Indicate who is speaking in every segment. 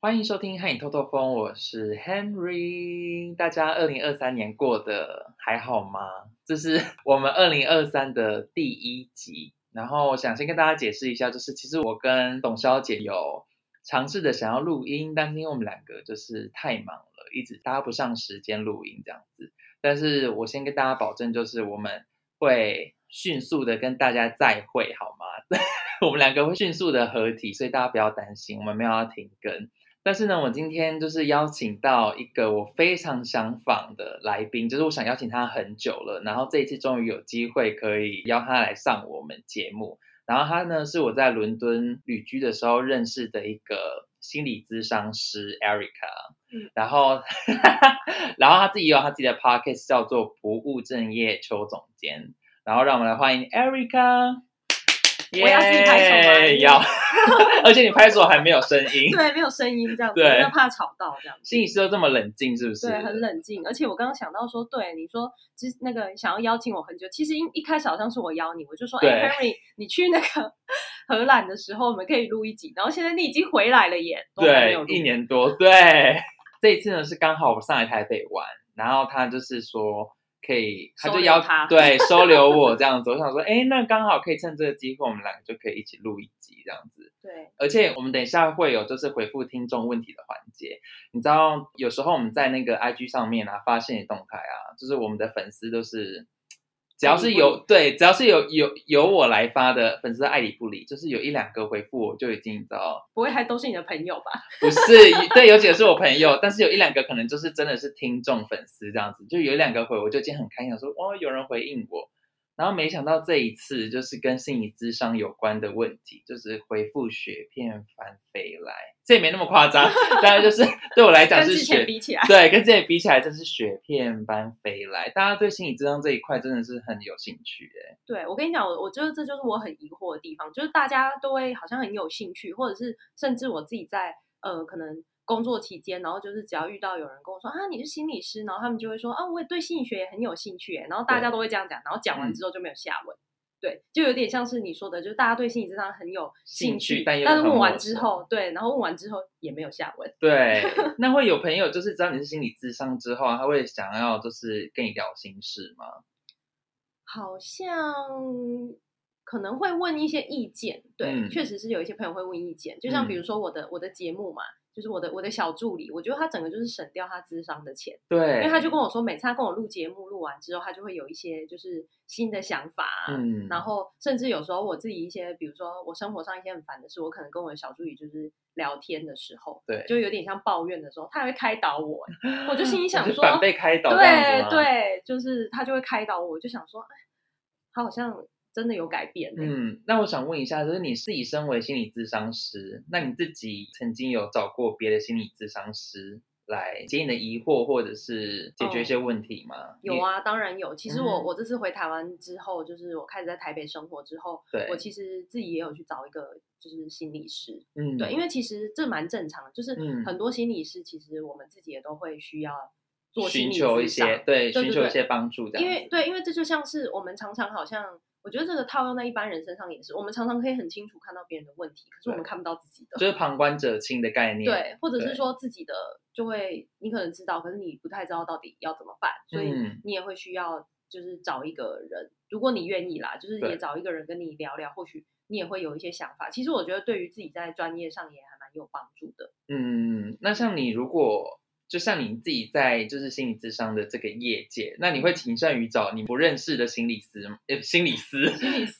Speaker 1: 欢迎收听《和你透透风》，我是 Henry。大家二零二三年过得还好吗？这是 我们二零二三的第一集。然后我想先跟大家解释一下，就是其实我跟董小姐有尝试着想要录音，但是因为我们两个就是太忙了，一直搭不上时间录音这样子。但是我先跟大家保证，就是我们会迅速的跟大家再会，好吗？ 我们两个会迅速的合体，所以大家不要担心，我们没有要停更。但是呢，我今天就是邀请到一个我非常想访的来宾，就是我想邀请他很久了，然后这一次终于有机会可以邀他来上我们节目。然后他呢是我在伦敦旅居的时候认识的一个心理咨商师 Erica，、
Speaker 2: 嗯
Speaker 1: 然后 然后他自己也有他自己的 podcast 叫做不务正业邱总监，然后让我们来欢迎 Erica。
Speaker 2: 我要自己拍手吗
Speaker 1: 耶要， 而且你拍手还没有声 音，
Speaker 2: 对，没有声音这样子，
Speaker 1: 对
Speaker 2: 那怕吵到这样子。
Speaker 1: 心理师都这么冷静，是不是？
Speaker 2: 对，很冷静。而且我刚刚想到说，对你说，其实那个想要邀请我很久，其实一一开始好像是我邀你，我就说，哎
Speaker 1: 对
Speaker 2: ，Henry，你去那个荷兰的时候，我们可以录一集。然后现在你已经回来了耶，都还没有
Speaker 1: 对
Speaker 2: 录，
Speaker 1: 一年多。对，这一次呢是刚好我上来台北玩，然后他就是说可以，他就
Speaker 2: 收留
Speaker 1: 邀
Speaker 2: 他
Speaker 1: 对收留我 这样子。我想说，哎，那刚好可以趁这个机会，我们两个就可以一起录一集这样子。
Speaker 2: 对，
Speaker 1: 而且我们等一下会有就是回复听众问题的环节。你知道，有时候我们在那个 IG 上面啊，发现你动态啊，就是我们的粉丝都是。只要是有对，只要是有有有我来发的粉丝爱理不理，就是有一两个回复我就已经你知道
Speaker 2: 不会还都是你的朋友吧？
Speaker 1: 不是，对，有几个是我朋友，但是有一两个可能就是真的是听众粉丝这样子，就有一两个回我就已经很开心，想说哇，有人回应我，然后没想到这一次就是跟心理智商有关的问题，就是回复雪片翻飞来，这也没那么夸 张，当然就是对我来讲
Speaker 2: 跟
Speaker 1: 是
Speaker 2: 之前
Speaker 1: 雪，
Speaker 2: 比啊起来，
Speaker 1: 对，跟之前比起来真是雪片般飞来，大家对心理智商这一块真的是很有兴趣哎、
Speaker 2: 对，我跟你讲，我我觉得这就是我很疑惑的地方，就是大家都会好像很有兴趣，或者是甚至我自己在呃可能工作期间，然后就是只要遇到有人跟我说啊你是心理师，然后他们就会说啊我也对心理学也很有兴趣耶，然后大家
Speaker 1: 对
Speaker 2: 都会这样讲，然后讲完
Speaker 1: 嗯
Speaker 2: 之后就没有下文。对，就有点像是你说的，就是大家对心理智商很有
Speaker 1: 兴
Speaker 2: 兴
Speaker 1: 趣
Speaker 2: 趣，
Speaker 1: 但又
Speaker 2: 但是
Speaker 1: 很
Speaker 2: 问
Speaker 1: 陌
Speaker 2: 完之
Speaker 1: 生
Speaker 2: 后，对，然后问完之后也没有下文。
Speaker 1: 对，那会有朋友就是知道你是心理智商之后啊，他会想要就是跟你聊心事吗？
Speaker 2: 好像可能会问一些意见，对，
Speaker 1: 嗯
Speaker 2: 确实是有一些朋友会问意见，就像比如
Speaker 1: 嗯
Speaker 2: 说我的、我的节目嘛，就是我的我的小助理，我觉得他整个就是省掉他智商的钱，
Speaker 1: 对，
Speaker 2: 因为他就跟我说，每次他跟我录节目录完之后，他就会有一些就是新的想法啊、
Speaker 1: 嗯，
Speaker 2: 然后甚至有时候我自己一些，比如说我生活上一些很烦的事，我可能跟我的小助理就是聊天的时候，
Speaker 1: 对，
Speaker 2: 就有点像抱怨的时候，他还会开导我、欸我就 心里想
Speaker 1: 嗯你是
Speaker 2: 说
Speaker 1: 反被开导这样子
Speaker 2: 对
Speaker 1: 吗，
Speaker 2: 对，就是他就会开导我，我就想说，哎，他好像真的有改变、欸。
Speaker 1: 嗯，那我想问一下，就是你自己身为心理咨商师，那你自己曾经有找过别的心理咨商师来解你的疑惑，或者是解决一些问题吗？
Speaker 2: 哦有啊，当然有。其实我、
Speaker 1: 嗯
Speaker 2: 我这次回台湾之后，就是我开始在台北生活之后
Speaker 1: 对，
Speaker 2: 我其实自己也有去找一个就是心理师，
Speaker 1: 你，嗯，
Speaker 2: 对，因为其实这蛮正常的，就是
Speaker 1: 嗯
Speaker 2: 很多心理师其实我们自己也都会需要做心
Speaker 1: 寻
Speaker 2: 理
Speaker 1: 求一
Speaker 2: 咨商
Speaker 1: 些，对，寻
Speaker 2: 对对
Speaker 1: 求一
Speaker 2: 对
Speaker 1: 些帮助，这样
Speaker 2: 因
Speaker 1: 子
Speaker 2: 为对，因为这就像是我们常常好像，我觉得这个套用在一般人身上也是，我们常常可以很清楚看到别人的问题，可是我们
Speaker 1: 对
Speaker 2: 看不到自己的。
Speaker 1: 就是旁观者清的概念，
Speaker 2: 对，或者
Speaker 1: 对
Speaker 2: 是说自己的就会，你可能知道，可是你不太知道到底要怎么办，所以
Speaker 1: 嗯
Speaker 2: 你也会需要就是找一个人，如果你愿意啦，就是
Speaker 1: 对
Speaker 2: 也找一个人跟你聊聊，或许你也会有一些想法。其实我觉得对于自己在专业上也还蛮有帮助的。
Speaker 1: 嗯，那像你如果就像你自己在就是心理咨商的这个业界，那
Speaker 2: 嗯
Speaker 1: 你会倾向于找你不认识的心理师吗？呃，心理师，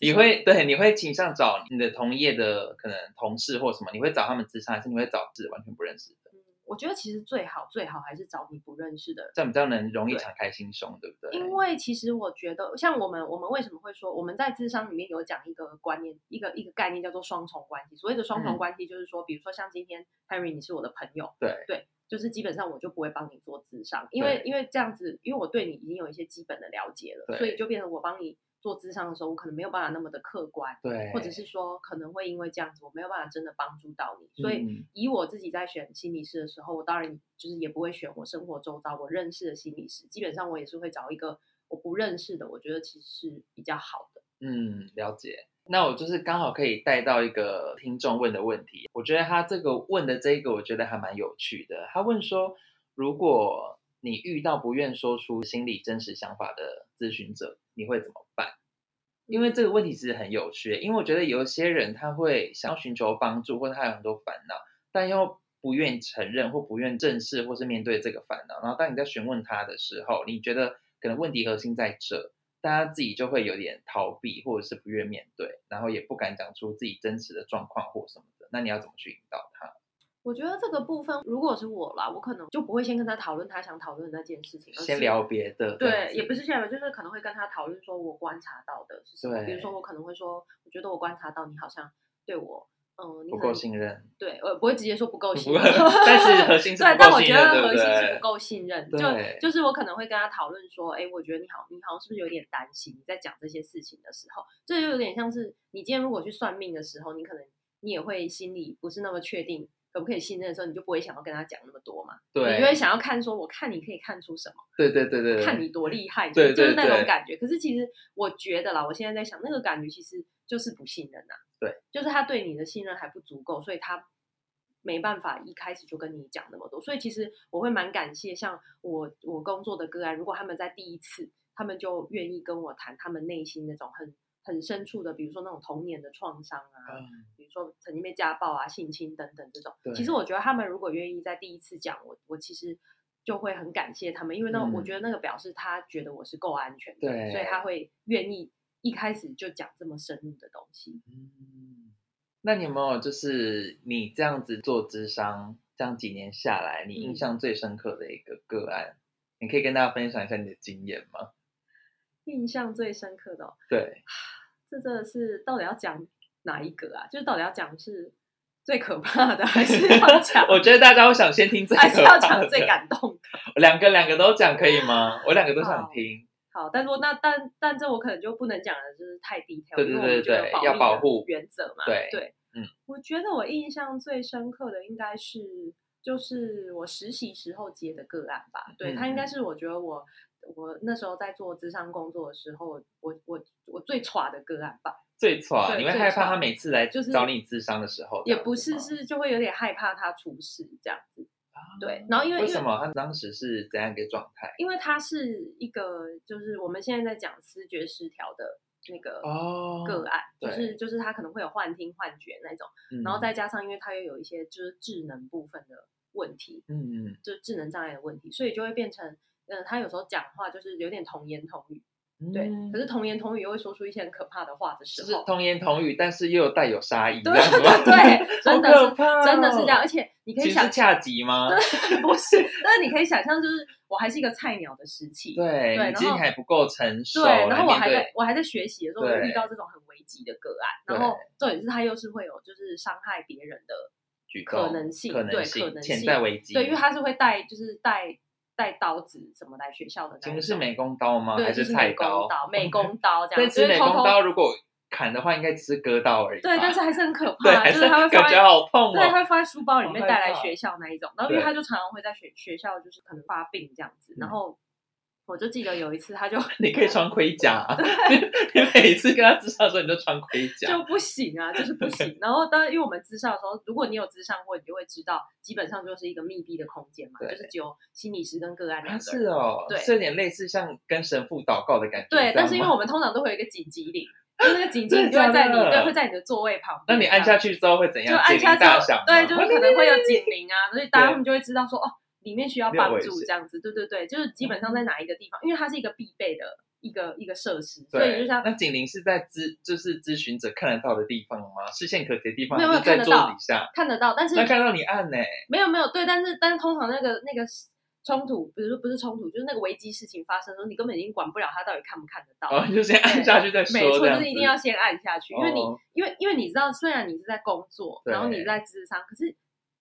Speaker 1: 你会对你会倾向找你的同业的可能同事或什么？你会找他们咨商，还是你会找自己完全不认识的？
Speaker 2: 嗯，我觉得其实最好最好还是找你不认识的人。
Speaker 1: 这样比较能容易
Speaker 2: 对
Speaker 1: 敞开心胸，对不对？
Speaker 2: 因为其实我觉得，像我们我们为什么会说我们在智商里面有讲一个观念，一个一个概念叫做双重关系。所谓的双
Speaker 1: 嗯
Speaker 2: 重关系，就是说，比如说像今天 Henry 你是我的朋友，
Speaker 1: 对
Speaker 2: 对，就是基本上我就不会帮你做智商，因为因为这样子，因为我对你已经有一些基本的了解
Speaker 1: 对
Speaker 2: 了，所以就变成我帮你做智商的时候，我可能没有办法那么的客观，
Speaker 1: 对，
Speaker 2: 或者是说可能会因为这样子，我没有办法真的帮助到你，所以。
Speaker 1: 嗯
Speaker 2: 以我自己在选心理师的时候，我当然就是也不会选我生活周遭我认识的心理师，基本上我也是会找一个我不认识的，我觉得其实是比较好的。
Speaker 1: 嗯，了解。那我就是刚好可以带到一个听众问的问题，我觉得他这个问的这一个，我觉得还蛮有趣的。他问说，如果你遇到不愿说出心里真实想法的咨询者，你会怎么办？因为这个问题其实很有趣，因为我觉得有一些人他会想要寻求帮助，或者他有很多烦恼，但又不愿意承认或不愿正视或是面对这个烦恼。然后当你在询问他的时候，你觉得可能问题核心在这，大家自己就会有点逃避，或者是不愿面对，然后也不敢讲出自己真实的状况或什么的。那你要怎么去引导他？
Speaker 2: 我觉得这个部分，如果是我啦，我可能就不会先跟他讨论他想讨论的那件事情，而
Speaker 1: 先
Speaker 2: 是
Speaker 1: 聊别的，这样
Speaker 2: 对，
Speaker 1: 子
Speaker 2: 也不是现在，就是可能会跟他讨论说我观察到的是什么。比如
Speaker 1: 对
Speaker 2: 说，我可能会说，我觉得我观察到你好像对我，嗯，你
Speaker 1: 不
Speaker 2: 可能
Speaker 1: 够信任，
Speaker 2: 对，我不会直接说不够信
Speaker 1: 不
Speaker 2: 任
Speaker 1: 会， 但是核心是
Speaker 2: 对，
Speaker 1: 不
Speaker 2: 但
Speaker 1: 够
Speaker 2: 我
Speaker 1: 信
Speaker 2: 觉
Speaker 1: 任，对
Speaker 2: 得
Speaker 1: 不
Speaker 2: 核心是不
Speaker 1: 对？
Speaker 2: 够信任，
Speaker 1: 对
Speaker 2: 就就是我可能会跟他讨论说，哎，我觉得你好，你好像是不是有点担心？你在讲这些事情的时候，这就有点像是你今天如果去算命的时候，你可能你也会心里不是那么确定可不可以信任的时候，你就不会想要跟他讲那么多嘛，你就会
Speaker 1: 对，
Speaker 2: 想要看说，我看你可以看出什么。
Speaker 1: 对对对对，
Speaker 2: 看你多厉害，
Speaker 1: 对
Speaker 2: 就
Speaker 1: 对
Speaker 2: 是那种
Speaker 1: 对
Speaker 2: 感觉。可是其实我觉得啦，我现在在想，那个感觉其实就是不信任呐、啊
Speaker 1: 对，
Speaker 2: 就是他对你的信任还不足够，所以他没办法一开始就跟你讲那么多。所以其实我会蛮感谢，像我我工作的个案，如果他们在第一次，他们就愿意跟我谈他们内心那种很很深处的，比如说那种童年的创伤啊，
Speaker 1: 嗯
Speaker 2: 比如说曾经被家暴啊、性侵等等这种
Speaker 1: 对。
Speaker 2: 其实我觉得他们如果愿意在第一次讲，我我其实就会很感谢他们，因为那、
Speaker 1: 嗯
Speaker 2: 我觉得那个表示他觉得我是够安全的，
Speaker 1: 对，
Speaker 2: 所以他会愿意一开始就讲这么深入的东西。
Speaker 1: 嗯，那你有没有就是你这样子做智商，这样几年下来，你印
Speaker 2: 嗯
Speaker 1: 象最深刻的一个个案？你可以跟大家分享一下你的经验吗？
Speaker 2: 印象最深刻的、哦，
Speaker 1: 对，
Speaker 2: 这真的是到底要讲哪一个啊？就是到底要讲是最可怕的，还是要讲？
Speaker 1: 我觉得大家会想先听最
Speaker 2: 还是
Speaker 1: 可
Speaker 2: 要
Speaker 1: 怕
Speaker 2: 讲
Speaker 1: 的，
Speaker 2: 最感动的。
Speaker 1: 两个两个都讲可以吗？我两个都想
Speaker 2: 好
Speaker 1: 听。
Speaker 2: 好，但说那但但这我可能就不能讲的，就是太低调，
Speaker 1: 对
Speaker 2: 因为
Speaker 1: 对
Speaker 2: 我们
Speaker 1: 对
Speaker 2: 就有
Speaker 1: 对
Speaker 2: 保
Speaker 1: 要
Speaker 2: 密
Speaker 1: 保
Speaker 2: 的
Speaker 1: 护
Speaker 2: 原则嘛。
Speaker 1: 对
Speaker 2: 对，
Speaker 1: 嗯，
Speaker 2: 我觉得我印象最深刻的应该是就是我实习时候接的个案吧。对，他
Speaker 1: 嗯
Speaker 2: 应该
Speaker 1: 嗯
Speaker 2: 是我觉得我我那时候在做智商工作的时候，我我我最差的个案吧。
Speaker 1: 最错，啊
Speaker 2: 对
Speaker 1: 你会
Speaker 2: 最
Speaker 1: 害怕
Speaker 2: 错
Speaker 1: 他每次来
Speaker 2: 就是
Speaker 1: 找你智商的时候这
Speaker 2: 也
Speaker 1: 样子吗，
Speaker 2: 不是是就会有点害怕他出事这样子。对，
Speaker 1: 啊
Speaker 2: 然后因为
Speaker 1: 为
Speaker 2: 因
Speaker 1: 什么他当时是怎样一个状态？
Speaker 2: 因为它是一个，就是我们现在在讲思觉失调的那个
Speaker 1: 哦
Speaker 2: 个案，
Speaker 1: 对嗯
Speaker 2: 就是就是他可能会有幻听、幻觉那种，然后再加上因为他又有一些就是智能部分的问题，
Speaker 1: 嗯嗯
Speaker 2: 就是智能障碍的问题，所以就会变成，嗯、他有时候讲话就是有点童言童语，
Speaker 1: 嗯
Speaker 2: 对，
Speaker 1: 嗯
Speaker 2: 可是童言童语又会说出一些很可怕的话的时
Speaker 1: 就
Speaker 2: 候，
Speaker 1: 是童言童语，但是又有带有杀意，
Speaker 2: 对
Speaker 1: 这样子吗
Speaker 2: 对，
Speaker 1: 好
Speaker 2: 真的
Speaker 1: 可
Speaker 2: 是
Speaker 1: 怕哦
Speaker 2: 真的是这样，而且你可以
Speaker 1: 其实
Speaker 2: 想
Speaker 1: 是恰吉吗？
Speaker 2: 不是，但是你可以想象，就是我还是一个菜鸟的时期，
Speaker 1: 对，
Speaker 2: 对
Speaker 1: 你其实
Speaker 2: 然
Speaker 1: 你
Speaker 2: 后
Speaker 1: 还不够成熟，
Speaker 2: 对，然后我
Speaker 1: 来
Speaker 2: 还
Speaker 1: 面
Speaker 2: 在我还在学习的时候，就
Speaker 1: 对
Speaker 2: 遇到这种很危急的个案，然后重点是他又是会有就是伤害别人的，
Speaker 1: 举
Speaker 2: 可
Speaker 1: 动
Speaker 2: 能性
Speaker 1: 可
Speaker 2: 对
Speaker 1: 能
Speaker 2: 可能
Speaker 1: 潜
Speaker 2: 性
Speaker 1: 在危机，
Speaker 2: 对，因为他是会带就是带带刀子什么来学校的那
Speaker 1: 请
Speaker 2: 一
Speaker 1: 问
Speaker 2: 种，
Speaker 1: 是美工刀吗？
Speaker 2: 对，
Speaker 1: 还
Speaker 2: 就是
Speaker 1: 菜
Speaker 2: 美工刀，美工刀这
Speaker 1: 但
Speaker 2: 样，
Speaker 1: 其
Speaker 2: 就
Speaker 1: 实
Speaker 2: 是
Speaker 1: 美
Speaker 2: 偷
Speaker 1: 工
Speaker 2: 偷
Speaker 1: 刀如果砍的话，应该只是割到而已吧。
Speaker 2: 对，但是还是很可
Speaker 1: 啊对，
Speaker 2: 怕，
Speaker 1: 还
Speaker 2: 就是是他会
Speaker 1: 感
Speaker 2: 放
Speaker 1: 觉
Speaker 2: 在。
Speaker 1: 好痛
Speaker 2: 对，他
Speaker 1: 哦。
Speaker 2: 会放在书包里面
Speaker 1: 好害
Speaker 2: 带来
Speaker 1: 怕嗯
Speaker 2: 学校那一种，然后因为
Speaker 1: 对
Speaker 2: 他就常常会在学学校就是可能发病这样子，然
Speaker 1: 嗯
Speaker 2: 后我就记得有一 次他就
Speaker 1: 你可以穿盔甲啊，你每次跟他智商的时候，你就穿盔甲。
Speaker 2: 就不行啊，就是不行。然后当然，因为我们咨商的时候，如果你有咨商过，你就会知道，基本上就是一个密闭的空间嘛，
Speaker 1: 对
Speaker 2: 就是只有心理师跟个案
Speaker 1: 啊，
Speaker 2: 两个
Speaker 1: 是
Speaker 2: 人。
Speaker 1: 哦，
Speaker 2: 对
Speaker 1: 是有点类似像跟神父祷告的感觉。
Speaker 2: 对，但
Speaker 1: 这样
Speaker 2: 是因为
Speaker 1: 吗
Speaker 2: 我们通常都会有一个紧急铃，就那个紧急
Speaker 1: 真的
Speaker 2: 铃就会在你
Speaker 1: 假的
Speaker 2: 对会在你的座位旁
Speaker 1: 那
Speaker 2: 边。
Speaker 1: 你按下去之后会怎
Speaker 2: 这
Speaker 1: 样？
Speaker 2: 样就按
Speaker 1: 警
Speaker 2: 下
Speaker 1: 铃
Speaker 2: 之
Speaker 1: 大
Speaker 2: 后
Speaker 1: 响吗，
Speaker 2: 对，就是可能会有
Speaker 1: 警。
Speaker 2: 警铃啊，所以大家
Speaker 1: 对
Speaker 2: 他们就会知道说哦，里面需要
Speaker 1: 没有
Speaker 2: 帮
Speaker 1: 危
Speaker 2: 助
Speaker 1: 险嗯
Speaker 2: 这样子。对对对，就是基本上在哪一个地方，因为它是一个必备的一个一个设施，所以
Speaker 1: 对，
Speaker 2: 就像
Speaker 1: 那警铃是在咨就是咨询者看得到的地方吗？视线可及的地方，
Speaker 2: 没有
Speaker 1: 还是在
Speaker 2: 没有看得
Speaker 1: 桌
Speaker 2: 到
Speaker 1: 底下？
Speaker 2: 看得到，但是
Speaker 1: 那看到你按呢、
Speaker 2: 没有没有，对，但是但是通常那个那个冲突，比如说不是冲突，就是那个危机事情发生的时候，你根本已经管不了他到底看不看得到。
Speaker 1: 哦，就先按
Speaker 2: 对
Speaker 1: 下去再说，
Speaker 2: 没错，
Speaker 1: 这
Speaker 2: 就
Speaker 1: 样
Speaker 2: 是一定
Speaker 1: 子
Speaker 2: 要先按下去，因为你、
Speaker 1: 哦
Speaker 2: 因为因为你知道，虽然你是在工作，然后
Speaker 1: 对
Speaker 2: 你在智商，可是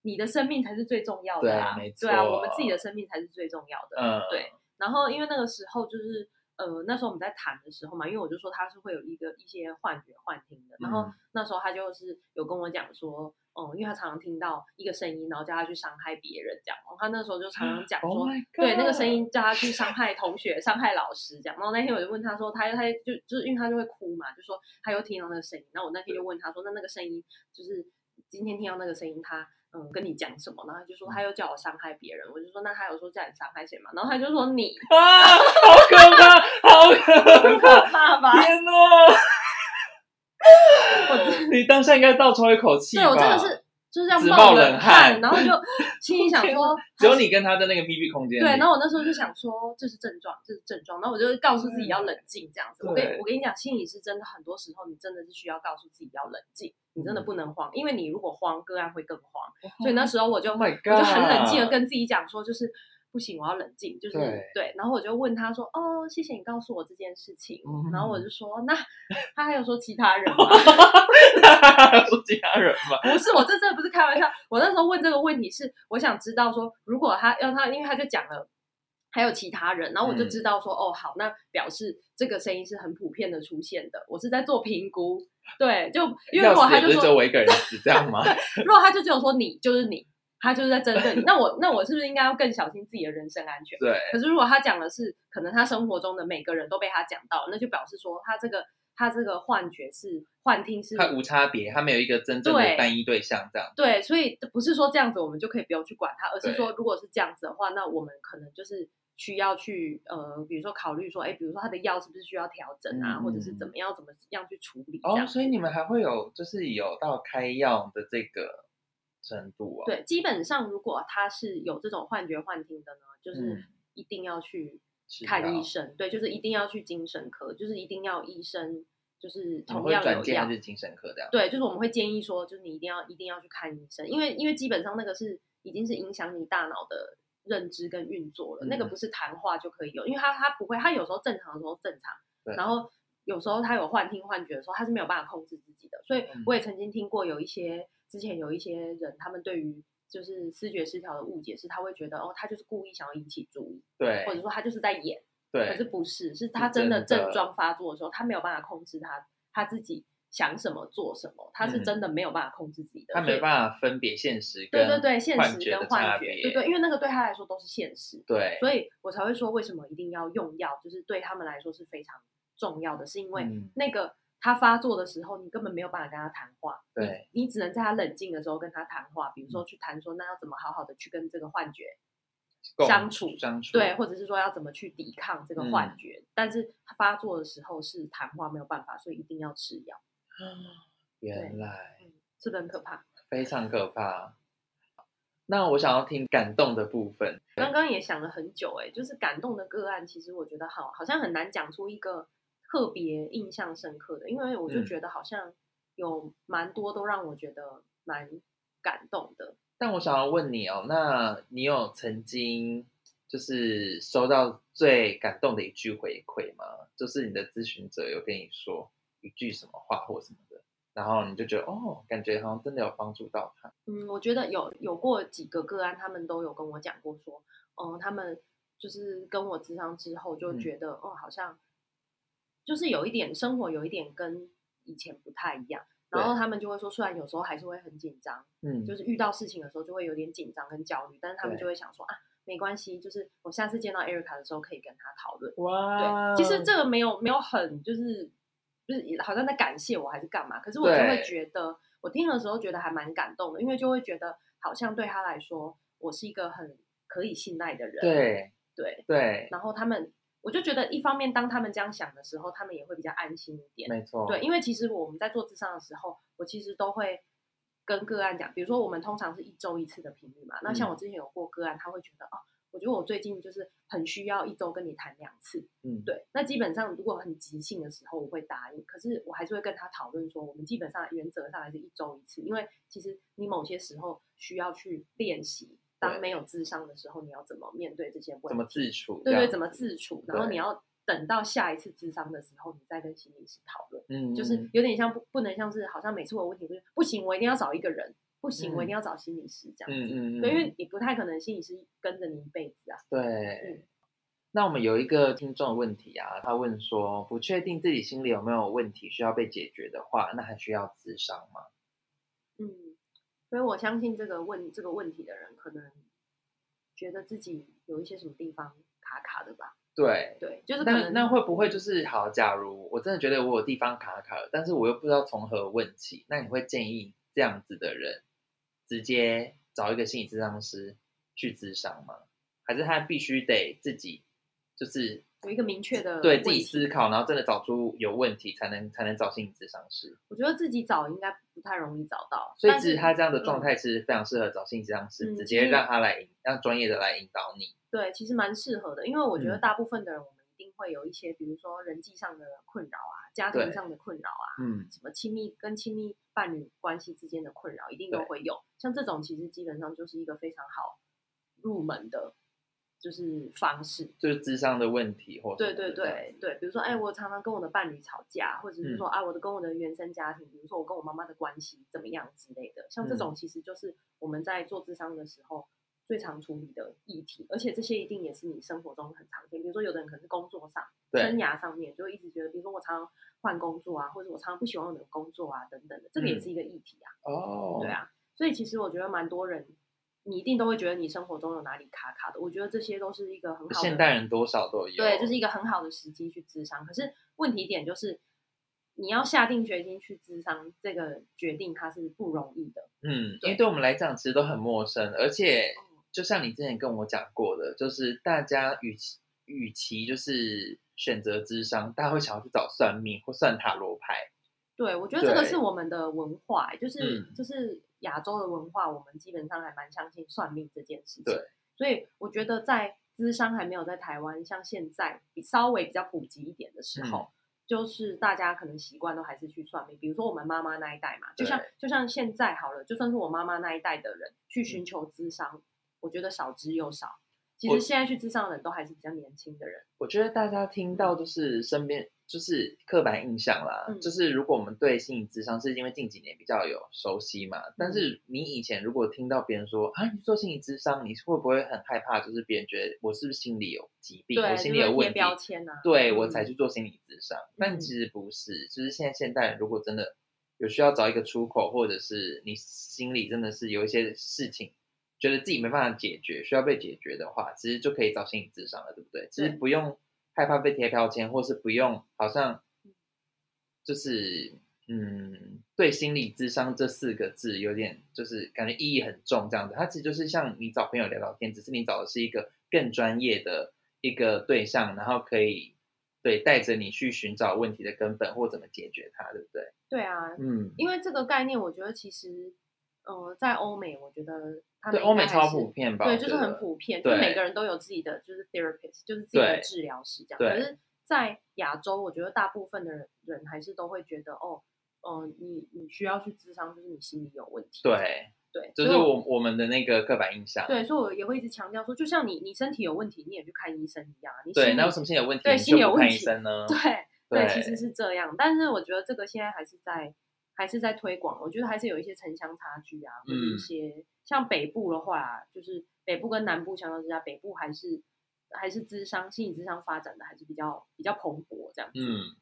Speaker 2: 你的生命才是最重要的啊，
Speaker 1: 对没
Speaker 2: 对啊，
Speaker 1: 错
Speaker 2: 我们自己的生命才是最重要的。
Speaker 1: 嗯，
Speaker 2: 对然后因为那个时候就是呃那时候我们在谈的时候嘛，因为我就说他是会有一个一些幻觉、幻听的，然后
Speaker 1: 嗯
Speaker 2: 那时候他就是有跟我讲说，哦、因为他常常听到一个声音，然后叫他去伤害别人这样。然后他那时候就常常讲说
Speaker 1: Oh my God
Speaker 2: 对那个声音叫他去伤害同学、伤害老师这样。然后那天我就问他说，他他就就是因为他就会哭嘛，就说他又听到那个声音。然后我那天就问他说，那那个声音就是今天听到那个声音，他嗯跟你讲什么？然后他就说他又叫我伤害别人。我就说那他有说叫你伤害谁吗？然后他就说你，
Speaker 1: 啊，好可怕，好 可哦
Speaker 2: 很
Speaker 1: 怕
Speaker 2: 可！ 怕吧？
Speaker 1: 天哪！ 你当下应该倒抽一口气吧？
Speaker 2: 对我真的是就是这样
Speaker 1: 直
Speaker 2: 冒
Speaker 1: 冒冷
Speaker 2: 汗，
Speaker 1: 汗
Speaker 2: 然后就心里想
Speaker 1: 天
Speaker 2: 说
Speaker 1: 哪，只有你跟他在那个密闭空间里。
Speaker 2: 对，然后我那时候就想说，这是症状，这是症状。然后我就告诉自己要冷静，这样子。我跟
Speaker 1: 对
Speaker 2: 我跟你讲，心理是真的，很多时候你真的是需要告诉自己要冷静，你真的
Speaker 1: 嗯
Speaker 2: 不能慌，因为你如果慌，个案会更慌。所以那时候我就、
Speaker 1: Oh my
Speaker 2: 我就很冷
Speaker 1: God
Speaker 2: 静的跟自己讲说，就是。不行，我要冷静，就是
Speaker 1: 对
Speaker 2: 然后我就问他说：“哦，谢谢你告诉我这件事情。
Speaker 1: 嗯
Speaker 2: 然后我就说：“那他还有说其他人吗？”
Speaker 1: 说其他人吧。
Speaker 2: 不是，我这真的不是开玩笑。我那时候问这个问题是，我想知道说，如果他要他，因为他就讲了。还有其他人，然后我
Speaker 1: 嗯
Speaker 2: 就知道说，哦，好，那表示这个声音是很普遍的出现的。我是在做评估，对，就因为如
Speaker 1: 要
Speaker 2: 果
Speaker 1: 死
Speaker 2: 他
Speaker 1: 也
Speaker 2: 就
Speaker 1: 不是只有
Speaker 2: 说，
Speaker 1: 我一个人死，这 样吗？
Speaker 2: 如果他就只有说你就是你，他就是在针对你，那我那我是不是应该要更小心自己的人身安全？
Speaker 1: 对，
Speaker 2: 可是如果他讲的是，可能他生活中的每个人都被他讲到，那就表示说他这个他这个幻觉是幻听是
Speaker 1: 他无差别，他没有一个真正
Speaker 2: 对
Speaker 1: 的单一对象，这样。
Speaker 2: 对，所以不是说这样子我们就可以不用去管它，而是
Speaker 1: 对
Speaker 2: 说如果是这样子的话，那我们可能就是需要去呃，比如说考虑说，哎，比如说它的药是不是需要调整啊，或者是怎么样怎么样去处理这
Speaker 1: 嗯
Speaker 2: 样。
Speaker 1: 哦，所以你们还会有就是有到开药的这个程度啊？
Speaker 2: 对，基本上如果他是有这种幻觉幻听的呢，就是
Speaker 1: 嗯
Speaker 2: 一定要去
Speaker 1: 吃药，
Speaker 2: 看医生，对，就是一定要去精神科，就是一定要医生就是
Speaker 1: 你们
Speaker 2: 同
Speaker 1: 哦会
Speaker 2: 样
Speaker 1: 转
Speaker 2: 有
Speaker 1: 介
Speaker 2: 药
Speaker 1: 还，是精神科这样？
Speaker 2: 对，就是我们会建议说，就是你一定要一定要去看医生，因为因为基本上那个是已经是影响你大脑的认知跟运作了，那个
Speaker 1: 嗯
Speaker 2: 不是谈话就可以有，因为他他不会，他有时候正常的时候正常，
Speaker 1: 对
Speaker 2: 然后有时候他有幻听幻觉的时候，他是没有办法控制自己的，所以
Speaker 1: 嗯
Speaker 2: 我也曾经听过有一些之前有一些人，他们对于就是视觉失调的误解是，他会觉得哦，他就是故意想要引起注意，
Speaker 1: 对
Speaker 2: 或者说他就是在演。
Speaker 1: 对，
Speaker 2: 可是不是，是他
Speaker 1: 真
Speaker 2: 真的
Speaker 1: 的
Speaker 2: 症状发作的时候，他没有办法控制他他自己想什么做什么，他是
Speaker 1: 嗯
Speaker 2: 真的没有办法控制自己的，
Speaker 1: 他
Speaker 2: 所以
Speaker 1: 没办法分别现实
Speaker 2: 对
Speaker 1: 跟
Speaker 2: 对对，现
Speaker 1: 幻
Speaker 2: 实
Speaker 1: 觉
Speaker 2: 跟
Speaker 1: 的
Speaker 2: 幻
Speaker 1: 差
Speaker 2: 觉，
Speaker 1: 别，
Speaker 2: 对对，因为那个对他来说都是现实，
Speaker 1: 对
Speaker 2: 所以我才会说为什么一定要用药，就是对他们来说是非常重要的，是因为
Speaker 1: 嗯
Speaker 2: 那个他发作的时候，你根本没有办法跟他谈话，
Speaker 1: 对嗯
Speaker 2: 你只能在他冷静的时候跟他谈话，比如说去谈说那要怎么好好的去跟这个幻觉
Speaker 1: 共
Speaker 2: 相处
Speaker 1: 相处
Speaker 2: 对，或者是说要怎么去抵抗这个幻觉，但是它发作的时候是谈话没有办法，所以一定要吃药，
Speaker 1: 原来
Speaker 2: 是不是很可怕？
Speaker 1: 非常可怕。那我想要听感动的部分，
Speaker 2: 刚刚也想了很久、欸，哎，就是感动的个案，其实我觉得好，好像很难讲出一个特别印象深刻的，因为我就
Speaker 1: 嗯
Speaker 2: 觉得好像有蛮多都让我觉得蛮感动的。
Speaker 1: 但我想要问你哦，那你有曾经就是收到最感动的一句回馈吗？就是你的咨询者有跟你说一句什么话或什么的，然后你就觉得哦，感觉好像真的有帮助到他。
Speaker 2: 嗯，我觉得有有过几个个案，他们都有跟我讲过说，嗯，他们就是跟我咨商之后就
Speaker 1: 嗯
Speaker 2: 觉得，哦、好像就是有一点生活有一点跟以前不太一样，然后
Speaker 1: 对
Speaker 2: 他们就会说，虽然有时候还是会很紧张，
Speaker 1: 嗯，
Speaker 2: 就是遇到事情的时候就会有点紧张跟焦虑，但是他们
Speaker 1: 对
Speaker 2: 就会想说啊，没关系，就是我下次见到 Erica 的时候可以跟他讨论。
Speaker 1: 哇，
Speaker 2: 对，其实这个没有没有很就是就是好像在感谢我还是干嘛，可是我就
Speaker 1: 对
Speaker 2: 会觉得我听的时候觉得还蛮感动的，因为就会觉得好像对他来说我是一个很可以信赖的人，
Speaker 1: 对
Speaker 2: 对
Speaker 1: 对，
Speaker 2: 然后他们我就觉得一方面当他们这样想的时候，他们也会比较安心一点，
Speaker 1: 没错，
Speaker 2: 对，因为其实我们在做智商的时候，我其实都会跟个案讲，比如说我们通常是一周一次的频率嘛。那像
Speaker 1: 嗯
Speaker 2: 我之前有过个案，他会觉得哦，我觉得我最近就是很需要一周跟你谈两次。
Speaker 1: 嗯，
Speaker 2: 对，那基本上如果很急性的时候，我会答应，可是我还是会跟他讨论说，我们基本上原则上还是一周一次，因为其实你某些时候需要去练习，当
Speaker 1: 对
Speaker 2: 没有智商的时候，你要怎么面对这些问
Speaker 1: 怎么
Speaker 2: 题？
Speaker 1: 自处？
Speaker 2: 对
Speaker 1: 这
Speaker 2: 对，
Speaker 1: 样
Speaker 2: 怎么
Speaker 1: 子？
Speaker 2: 自处？然后
Speaker 1: 对
Speaker 2: 你要等到下一次智商的时候，你再跟心理师讨论。
Speaker 1: 嗯，
Speaker 2: 就是有点像不不能像是好像每次我有问题就是不行，我一定要找一个人，不行，
Speaker 1: 嗯
Speaker 2: 我一定要找心理师这样
Speaker 1: 嗯
Speaker 2: 子。
Speaker 1: 嗯嗯，
Speaker 2: 对，因为你不太可能心理师跟着你一辈子啊。
Speaker 1: 对。那我们有一个听众的问题啊，他问说，不确定自己心里有没有问题需要被解决的话，那还需要咨商吗？
Speaker 2: 嗯，所以我相信这个问这个问题的人，可能觉得自己有一些什么地方卡卡的吧。
Speaker 1: 对，
Speaker 2: 对，就是可
Speaker 1: 那
Speaker 2: 能
Speaker 1: 那会不会就是好？假如我真的觉得我有地方卡卡了，但是我又不知道从何问起，那你会建议这样子的人直接找一个心理咨商师去咨商吗？还是他必须得自己就是
Speaker 2: 有一个明确的
Speaker 1: 对
Speaker 2: 呃问
Speaker 1: 自己
Speaker 2: 题
Speaker 1: 思考，然后真的找出有问题才能才能找心理咨商师？
Speaker 2: 我觉得自己找应该不太容易找到，
Speaker 1: 所以
Speaker 2: 但
Speaker 1: 其实
Speaker 2: 是
Speaker 1: 他这样的状
Speaker 2: 嗯
Speaker 1: 态其实非常适合找心理咨商师，
Speaker 2: 嗯
Speaker 1: 直
Speaker 2: 其
Speaker 1: 接
Speaker 2: 实
Speaker 1: 让他来引让专业的来引导你。
Speaker 2: 对，其实蛮适合的，因为我觉得
Speaker 1: 嗯
Speaker 2: 大部分的人，我们一定会有一些，比如说人际上的困扰啊，家
Speaker 1: 对
Speaker 2: 庭上的困扰啊，
Speaker 1: 嗯，
Speaker 2: 什么亲密跟亲密伴侣关系之间的困扰，一定都
Speaker 1: 对
Speaker 2: 会有。像这种其实基本上就是一个非常好入门的，就是方式。
Speaker 1: 就是智商的问题或什
Speaker 2: 对
Speaker 1: 么的
Speaker 2: 对
Speaker 1: 这样嗯
Speaker 2: 对对，比如说，哎，我常常跟我的伴侣吵架，或者是说，啊，我的跟我的原生家庭，比如说我跟我妈妈的关系怎么样之类的，像这
Speaker 1: 嗯
Speaker 2: 种其实就是我们在做智商的时候最常处理的议题，而且这些一定也是你生活中很常见，比如说有的人可能是工作上、
Speaker 1: 对
Speaker 2: 生涯上面，就会一直觉得，比如说我常常换工作啊，或者我常常不喜欢我的工作啊，等等的，这个也
Speaker 1: 嗯
Speaker 2: 是一个议题啊，
Speaker 1: 哦，
Speaker 2: 对啊，所以其实我觉得蛮多人。你一定都会觉得你生活中有哪里卡卡的，我觉得这些都是一个很好的
Speaker 1: 现代人多少都有，
Speaker 2: 对，就是一个很好的时机去咨商。可是问题点就是，你要下定决心去咨商，这个决定它是不容易的。
Speaker 1: 嗯，因为
Speaker 2: 对嗯
Speaker 1: 对我们来讲其实都很陌生，而且就像你之前跟我讲过的，就是大家与其与其就是选择智商，大家会想要去找算命或算塔罗牌，
Speaker 2: 对，我觉得这个
Speaker 1: 对
Speaker 2: 是我们的文化，欸就是、
Speaker 1: 嗯
Speaker 2: 就是亚洲的文化，我们基本上还蛮相信算命这件事情
Speaker 1: 对。
Speaker 2: 所以我觉得在咨商还没有在台湾像现在比稍微比较普及一点的时
Speaker 1: 嗯
Speaker 2: 候。就是大家可能习惯都还是去算命，比如说我们妈妈那一代嘛，就像就像现在好了，就算是我妈妈那一代的人去寻求咨商，我觉得少之又少。
Speaker 1: 嗯
Speaker 2: 其
Speaker 1: 我
Speaker 2: 实现在去咨商的人都还是比较年轻的人，
Speaker 1: 我觉得大家听到就是身边就是刻板印象啦，
Speaker 2: 嗯
Speaker 1: 就是如果我们对心理智商是因为近几年比较有熟悉嘛，
Speaker 2: 嗯
Speaker 1: 但是你以前如果听到别人说啊你做心理智商，你会不会很害怕？就是别人觉得我是不是心理有疾病，我
Speaker 2: 对，
Speaker 1: 心
Speaker 2: 就
Speaker 1: 理有
Speaker 2: 会贴
Speaker 1: 问题，
Speaker 2: 标签啊，
Speaker 1: 对我
Speaker 2: 嗯
Speaker 1: 才去做心理咨商。但
Speaker 2: 嗯
Speaker 1: 其实不是，就是现在现代人如果真的有需要找一个出口，或者是你心里真的是有一些事情觉得自己没办法解决，需要被解决的话，其实就可以找心理咨商了，对不对？其实
Speaker 2: 对
Speaker 1: 不用害怕被贴标签，或是不用好像就是。嗯，对心理智商这四个字有点，就是感觉意义很重这样子。它其实就是像你找朋友聊聊天，只是你找的是一个更专业的一个对象，然后可以对带着你去寻找问题的根本或怎么解决它，对不对？
Speaker 2: 对啊，
Speaker 1: 嗯，
Speaker 2: 因为这个概念，我觉得其实，呃，在欧美，我觉得他们
Speaker 1: 对，欧
Speaker 2: 应该
Speaker 1: 美
Speaker 2: 还
Speaker 1: 超
Speaker 2: 是
Speaker 1: 普，遍吧？
Speaker 2: 对，
Speaker 1: 我
Speaker 2: 就
Speaker 1: 觉
Speaker 2: 是很
Speaker 1: 得。
Speaker 2: 普遍，就是
Speaker 1: 对
Speaker 2: 每个人都有自己的就是 therapist，就是自己的
Speaker 1: 对
Speaker 2: 治疗师这样。
Speaker 1: 对
Speaker 2: 可是，在亚洲，我觉得大部分的人人还是都会觉得，哦，嗯、你你需要去咨商，就是你心里有问题。
Speaker 1: 对，
Speaker 2: 对，
Speaker 1: 就
Speaker 2: 所
Speaker 1: 是
Speaker 2: 以
Speaker 1: 我我们的那个刻板印象。
Speaker 2: 对，所以我也会一直强调说，就像你你身体有问题，你也去看医生一样啊，你
Speaker 1: 对
Speaker 2: 心
Speaker 1: 那
Speaker 2: 里
Speaker 1: 为什么心理有问题？
Speaker 2: 对
Speaker 1: 你
Speaker 2: 心理
Speaker 1: 就
Speaker 2: 有
Speaker 1: 不
Speaker 2: 问
Speaker 1: 看医
Speaker 2: 题
Speaker 1: 生呢？
Speaker 2: 对。对，其
Speaker 1: 对
Speaker 2: 实是这样，但是我觉得这个现在还是在还是在推广，我觉得还是有一些城乡差距啊，或者
Speaker 1: 嗯
Speaker 2: 一些、像北部的话，就是北部跟南部相较之下，北部还是还是智商心理智商发展的还是比较比较蓬勃这样子。
Speaker 1: 嗯，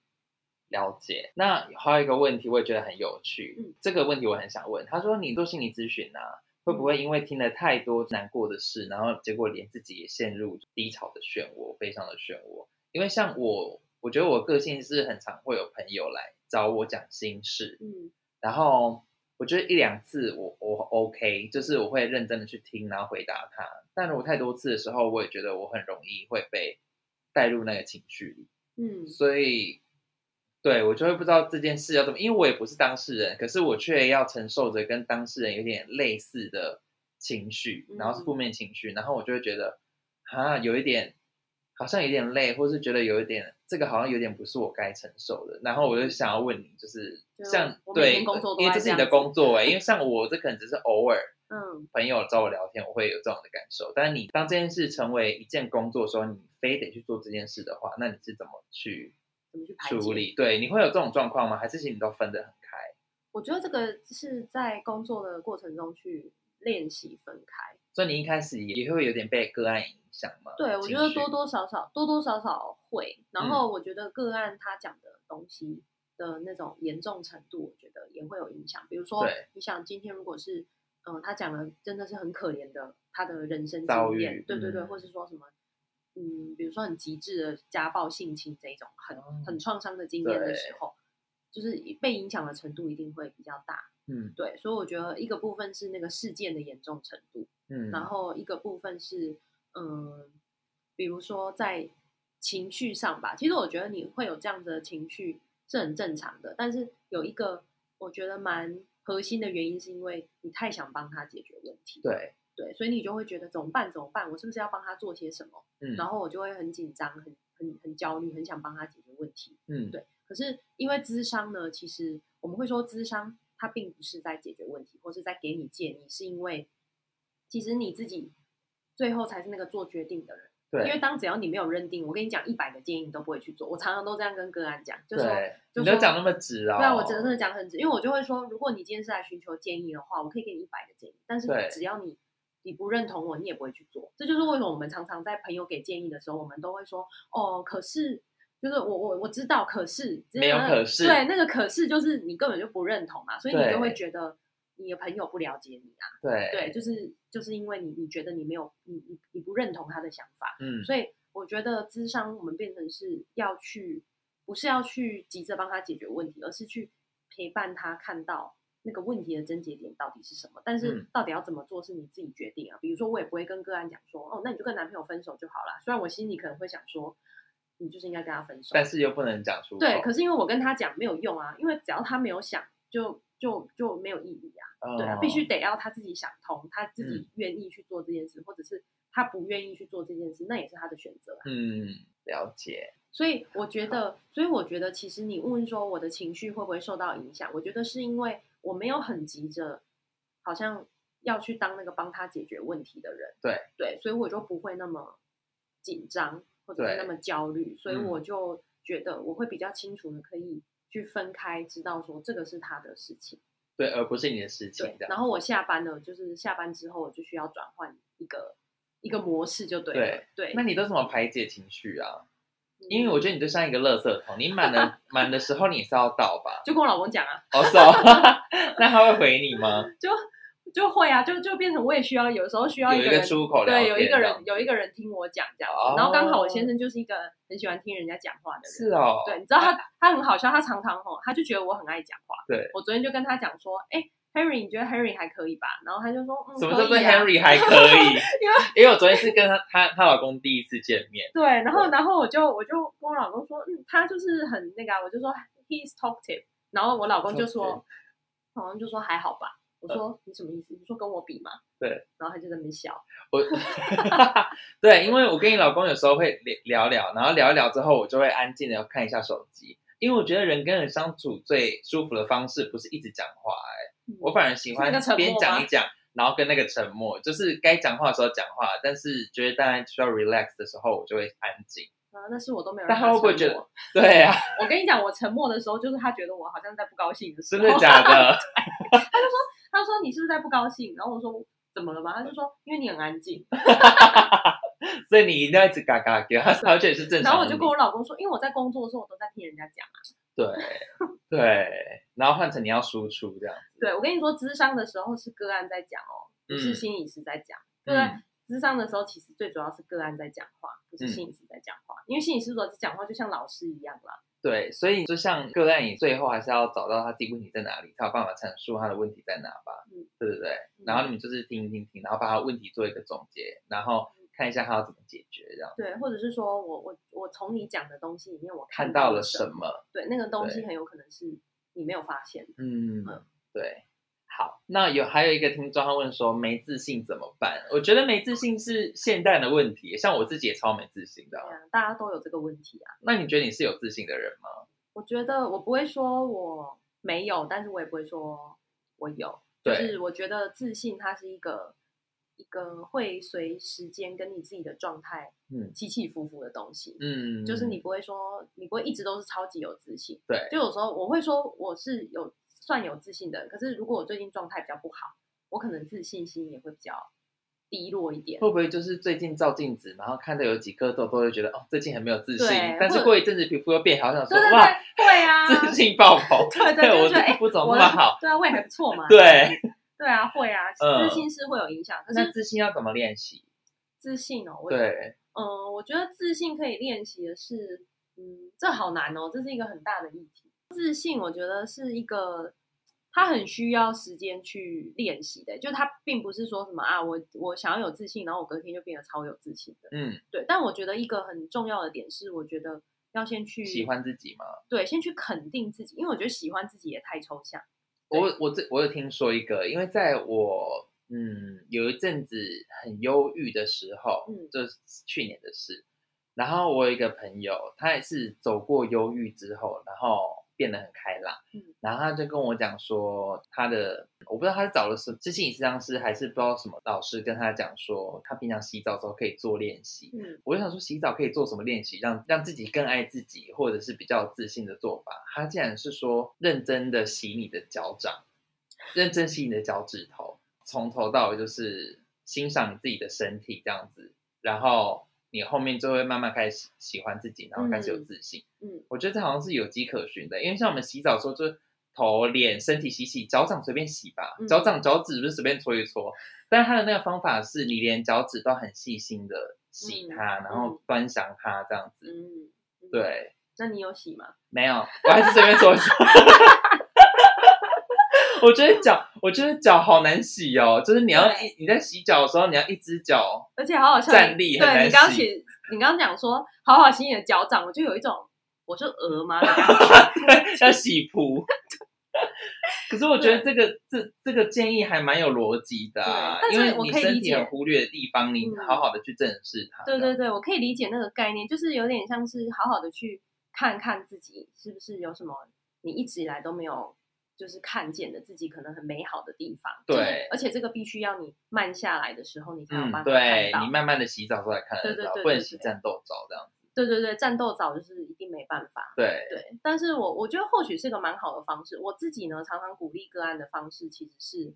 Speaker 1: 了解。那还有一个问题，我也觉得很有趣。
Speaker 2: 嗯
Speaker 1: 这个问题我很想问。他说，你做心理咨询啊，会不会因为听了太多难过的事，然后结果连自己也陷入低潮的漩涡，悲伤的漩涡？因为像我，我觉得我个性是很常会有朋友来找我讲心事，
Speaker 2: 嗯
Speaker 1: 然后我觉得一两次我我 OK，就是我会认真的去听，然后回答他。但如果太多次的时候，我也觉得我很容易会被带入那个情绪里。
Speaker 2: 嗯，
Speaker 1: 所以对我就会不知道这件事要怎么，因为我也不是当事人，可是我却要承受着跟当事人有点类似的情绪，然后是
Speaker 2: 嗯
Speaker 1: 负面情绪，然后我就会觉得啊，有一点好像有点累，或是觉得有一点这个好像有点不是我该承受的，然后我就想要问你，就是
Speaker 2: 就
Speaker 1: 像
Speaker 2: 我每
Speaker 1: 对
Speaker 2: 天工作，都
Speaker 1: 因为
Speaker 2: 在
Speaker 1: 这是
Speaker 2: 这
Speaker 1: 你的
Speaker 2: 样子
Speaker 1: 工作哎、因为像我这可能只是偶尔。
Speaker 2: 嗯
Speaker 1: 朋友找我聊天，我会有这种的感受。但是你当这件事成为一件工作的时候，你非得去做这件事的话，那你是怎么去
Speaker 2: 怎么去排
Speaker 1: 处
Speaker 2: 解？
Speaker 1: 理？对，你会有这种状况吗？还是其实你都分得很开？
Speaker 2: 我觉得这个是在工作的过程中去练习分开。
Speaker 1: 所以你一开始也也会有点被个案影响吗？
Speaker 2: 对，我觉
Speaker 1: 情
Speaker 2: 得
Speaker 1: 绪
Speaker 2: 多多少少多多少少会，
Speaker 1: 嗯
Speaker 2: 然后我觉得个案他讲的东西的那种严重程度，我觉得也会有影响。比如说
Speaker 1: 对，
Speaker 2: 你想今天如果是嗯，他讲了真的是很可怜的他的人生
Speaker 1: 遭
Speaker 2: 经验
Speaker 1: 遇，
Speaker 2: 对对对，
Speaker 1: 嗯
Speaker 2: 或是说什么，嗯，比如说很极致的家暴、性侵这一种很、
Speaker 1: 嗯
Speaker 2: 很创伤的经验的时候，就是被影响的程度一定会比较大。
Speaker 1: 嗯
Speaker 2: 对，所以我觉得一个部分是那个事件的严重程度，
Speaker 1: 嗯，
Speaker 2: 然后一个部分是，嗯，比如说在情绪上吧，其实我觉得你会有这样子的情绪是很正常的，但是有一个我觉得蛮核心的原因，是因为你太想帮他解决问题，
Speaker 1: 对，
Speaker 2: 对，所以你就会觉得怎么办怎么办，我是不是要帮他做些什么？
Speaker 1: 嗯，
Speaker 2: 然后我就会很紧张，很很很焦虑，很想帮他解决问题。
Speaker 1: 嗯
Speaker 2: 对可是因为咨商呢，其实我们会说咨商它并不是在解决问题，或是在给你建议，是因为其实你自己最后才是那个做决定的人。
Speaker 1: 对，
Speaker 2: 因为当只要你没有认定，我跟你讲一百个建议你都不会去做。我常常都这样跟个案讲，就说
Speaker 1: 对，
Speaker 2: 就
Speaker 1: 你都
Speaker 2: 说
Speaker 1: 讲那么直哦，
Speaker 2: 对啊，我真的讲很直，因为我就会说，如果你今天是来寻求建议的话，我可以给你一百个建议，但是
Speaker 1: 对
Speaker 2: 只要你你不认同我，你也不会去做。这就是为什么我们常常在朋友给建议的时候，我们都会说，哦，可是就是我我我知道，可是
Speaker 1: 没有
Speaker 2: 就是那
Speaker 1: 可是
Speaker 2: 对那个可是就是你根本就不认同嘛，所以你
Speaker 1: 对
Speaker 2: 就会觉得你的朋友不了解你啊，
Speaker 1: 对
Speaker 2: 对，，就是就是因为你你觉得你没有你你你不认同他的想法，
Speaker 1: 嗯，
Speaker 2: 所以我觉得智商我们变成是要去，不是要去急着帮他解决问题，而是去陪伴他看到那个问题的症结点到底是什么。但
Speaker 1: 嗯
Speaker 2: 是到底要怎么做是你自己决定啊。比如说，我也不会跟个案讲说，哦，那你就跟男朋友分手就好啦。虽然我心里可能会想说，你就是应该跟他分手，
Speaker 1: 但是又哦不能讲出口，
Speaker 2: 对，可是因为我跟他讲没有用啊，因为只要他没有想，就就就没有意义啊。对啊，
Speaker 1: 嗯
Speaker 2: 必须得要他自己想通，他自
Speaker 1: 嗯
Speaker 2: 己愿意去做这件事，或者是他不愿意去做这件事，那也是他的选择啊。
Speaker 1: 嗯，了解，
Speaker 2: 所以我觉得，所以我觉得，其实你问说我的情绪会不会受到影响，我觉得是因为我没有很急着，好像要去当那个帮他解决问题的人。
Speaker 1: 对
Speaker 2: 对，所以我就不会那么紧张，或者
Speaker 1: 对
Speaker 2: 是那么焦虑，所以
Speaker 1: 嗯
Speaker 2: 我就觉得我会比较清楚的可以去分开，知道说这个是他的事情。
Speaker 1: 对，而不是你的事情
Speaker 2: 对，
Speaker 1: 这样，
Speaker 2: 然后我下班了，就是下班之后我就需要转换一个一个模式就对了。对，
Speaker 1: 那你都怎么排解情绪啊？因为
Speaker 2: 嗯
Speaker 1: 我觉得你就像一个垃圾桶，你满 了满的时候你是要倒吧？
Speaker 2: 就跟我老公讲啊，
Speaker 1: 哦，是哦， 那他会回你吗？
Speaker 2: 就就会啊，就就变成我也需要，有时候需要
Speaker 1: 有一
Speaker 2: 个
Speaker 1: 个
Speaker 2: 人。
Speaker 1: 出口聊
Speaker 2: 对，
Speaker 1: 天
Speaker 2: 有一个
Speaker 1: 这样
Speaker 2: 人，有一个人听我讲这样子，
Speaker 1: 哦
Speaker 2: 然后刚好我先生就是一个很喜欢听人家讲话的人，
Speaker 1: 是哦，
Speaker 2: 对，你知道他他很好笑，他常常吼，他就觉得我很爱讲话，
Speaker 1: 对
Speaker 2: 我昨天就跟他讲说，哎，Harry，你觉得 Harry 还可以吧？然后他就说，嗯，
Speaker 1: 什么
Speaker 2: 可
Speaker 1: 叫做
Speaker 2: 以啊
Speaker 1: Henry 还可 以？因为我昨天是跟她她她老公第一次见面，
Speaker 2: 对，然后然后我就我就跟我老公说，嗯，他就是很那个、啊，我就说 he's talkative，然后我老公就说，老公就说还好吧。我说、你什么意思？你说跟我比嘛？
Speaker 1: 呃对，
Speaker 2: 然后他就在那边笑。
Speaker 1: 我 对，因为我跟你老公有时候会聊聊聊，然后聊一聊之后，我就会安静的看一下手机，因为我觉得人跟人相处最舒服的方式不是一直讲话、哎，我反而喜
Speaker 2: 嗯是
Speaker 1: 欢
Speaker 2: 那个沉默
Speaker 1: 边讲
Speaker 2: 吗
Speaker 1: 一讲，然后跟那个沉默，就是该讲话的时候讲话，但是觉得当然需要 relax 的时候，我就会安静。
Speaker 2: 啊，那是我都没有
Speaker 1: 但
Speaker 2: 让
Speaker 1: 他会不会
Speaker 2: 沉
Speaker 1: 觉
Speaker 2: 默？
Speaker 1: 对啊，
Speaker 2: 我跟你讲，我沉默的时候，就是他觉得我好像在不高兴的时
Speaker 1: 真
Speaker 2: 候。
Speaker 1: 的假的？
Speaker 2: 他说你是不是在不高兴？然后我说怎么了嘛？他就说因为你很安静。
Speaker 1: 所以你一定要一直嘎嘎给他，而且是正常的你。
Speaker 2: 然后我就跟我老公说，因为我在工作的时候，我都在听人家讲。
Speaker 1: 对对，然后换成你要输出这样子。
Speaker 2: 对，我跟你说，智商的时候是个案在讲哦，不
Speaker 1: 嗯
Speaker 2: 是心理师在讲。对
Speaker 1: 嗯
Speaker 2: 智商的时候，其实最主要是个案在讲话，不是心理师在讲话。因为心理师如果是讲话，就像老师一样啦。
Speaker 1: 对，所以就像个案，你最后还是要找到他自己问题在哪里，才有办法阐述他的问题在哪吧，
Speaker 2: 嗯
Speaker 1: 对不对？
Speaker 2: 嗯
Speaker 1: 然后你们就是听听听，然后把他的问题做一个总结，然后
Speaker 2: 嗯
Speaker 1: 看一下他要怎么解决，这样
Speaker 2: 对，或者是说我我我从你讲的东西里面，我
Speaker 1: 看
Speaker 2: 到
Speaker 1: 到了
Speaker 2: 什
Speaker 1: 什？么？
Speaker 2: 对，那个东西
Speaker 1: 对
Speaker 2: 很有可能是你没有发现的。
Speaker 1: 嗯
Speaker 2: 嗯，
Speaker 1: 对。好，那有还有一个听众他问说没自信怎么办？我觉得没自信是现代的问题，像我自己也超没自信的
Speaker 2: 对
Speaker 1: 啊。
Speaker 2: 啊，大家都有这个问题啊。
Speaker 1: 那你觉得你是有自信的人吗？
Speaker 2: 我觉得我不会说我没有，但是我也不会说我有。就
Speaker 1: 对
Speaker 2: 是我觉得自信它是一个一个会随时间跟你自己的状态
Speaker 1: 嗯
Speaker 2: 起起伏伏的东西。
Speaker 1: 嗯，
Speaker 2: 就是你不会说，你不会一直都是超级有自信。
Speaker 1: 对
Speaker 2: 就有时候我会说我是有算有自信的人，可是如果我最近状态比较不好，我可能自信心也会比较低落一点。
Speaker 1: 会不会就是最近照镜子，然后看到有几颗痘痘，会觉得哦，最近很没有自信
Speaker 2: 对，
Speaker 1: 但是
Speaker 2: 或
Speaker 1: 过一阵子皮肤又变好，想说
Speaker 2: 对对对，
Speaker 1: 哇，
Speaker 2: 会啊，
Speaker 1: 自信爆棚，
Speaker 2: 对对 对
Speaker 1: 我
Speaker 2: 对
Speaker 1: 皮肤怎么那么好？
Speaker 2: 对啊，胃还不错嘛。
Speaker 1: 对，
Speaker 2: 对对啊，会啊，
Speaker 1: 嗯
Speaker 2: 自信是会有影响。可
Speaker 1: 那
Speaker 2: 是
Speaker 1: 自信要怎么练习？
Speaker 2: 自信哦，我
Speaker 1: 对，
Speaker 2: 嗯，我觉得自信可以练习的是，嗯，这好难哦，这是一个很大的议题。自信我觉得是一个，它很需要时间去练习的，就它并不是说什么啊，我我想要有自信，然后我隔天就变得超有自信的。
Speaker 1: 嗯，
Speaker 2: 对，但我觉得一个很重要的点是，我觉得要先去
Speaker 1: 喜，欢自己吗？
Speaker 2: 对，先去肯定自己，因为我觉得喜欢自己也太抽象。
Speaker 1: 我我这我有听说一个，因为在我嗯有一阵子很忧郁的时候，
Speaker 2: 嗯
Speaker 1: 这是去年的事。然后我有一个朋友，他也是走过忧郁之后，然后变得很开朗。
Speaker 2: 嗯
Speaker 1: 然后他就跟我讲说，他的我不知道他是找了什么是心理咨商师，还是不知道什么老师跟他讲说，他平常洗澡的时候可以做练习。
Speaker 2: 嗯
Speaker 1: 我就想说，洗澡可以做什么练习，让让自己更爱自己，或者是比较自信的做法？他竟然是说，认真的洗你的脚掌，认真洗你的脚趾头，从头到尾就是欣赏你自己的身体这样子，然后你后面就会慢慢开始喜欢自己，然后开始有自信。
Speaker 2: 嗯，
Speaker 1: 我觉得这好像是有迹可循的，因为像我们洗澡的时候，就是头、脸、身体洗洗，脚掌随便洗吧，
Speaker 2: 嗯
Speaker 1: 脚掌、脚趾不是随便搓一搓。但是他的那个方法是你连脚趾都很细心的洗它，然后端详它这样子。
Speaker 2: 嗯，嗯，
Speaker 1: 对，
Speaker 2: 那你有洗吗？
Speaker 1: 没有，我还是随便搓一 搓。我觉得脚，我觉得脚好难洗哦，就是你要一你在洗脚的时候，你要一只脚，
Speaker 2: 而且好好笑，
Speaker 1: 站立很
Speaker 2: 对
Speaker 1: 难
Speaker 2: 你刚
Speaker 1: 洗
Speaker 2: 写，你刚讲说好好洗你的脚掌，我就有一种我是鹅吗的感觉。
Speaker 1: 要洗扑。可是我觉得这个这这个建议还蛮有逻辑的、啊，
Speaker 2: 对
Speaker 1: 因
Speaker 2: 但是
Speaker 1: 为
Speaker 2: 我
Speaker 1: 你
Speaker 2: 可以
Speaker 1: 身
Speaker 2: 理
Speaker 1: 体
Speaker 2: 解
Speaker 1: 很忽略的地方，你
Speaker 2: 嗯
Speaker 1: 好好的去正视它。
Speaker 2: 对对对，我可以理解那个概念，就是有点像是好好的去看看自己是不是有什么你一直以来都没有就是看见的自己可能很美好的地方。
Speaker 1: 对
Speaker 2: 就是而且这个必须要你慢下来的时候，你才有
Speaker 1: 嗯
Speaker 2: 办，法看
Speaker 1: 对
Speaker 2: 到。
Speaker 1: 你慢慢的洗澡出来看得
Speaker 2: 对对
Speaker 1: 到，
Speaker 2: 对
Speaker 1: 不能
Speaker 2: 对
Speaker 1: 洗
Speaker 2: 对
Speaker 1: 战斗澡这样子。
Speaker 2: 对对对，战斗澡就是一定没办法。
Speaker 1: 对，
Speaker 2: 对，但是我我觉得或许是个蛮好的方式。我自己呢，常常鼓励个案的方式其实是，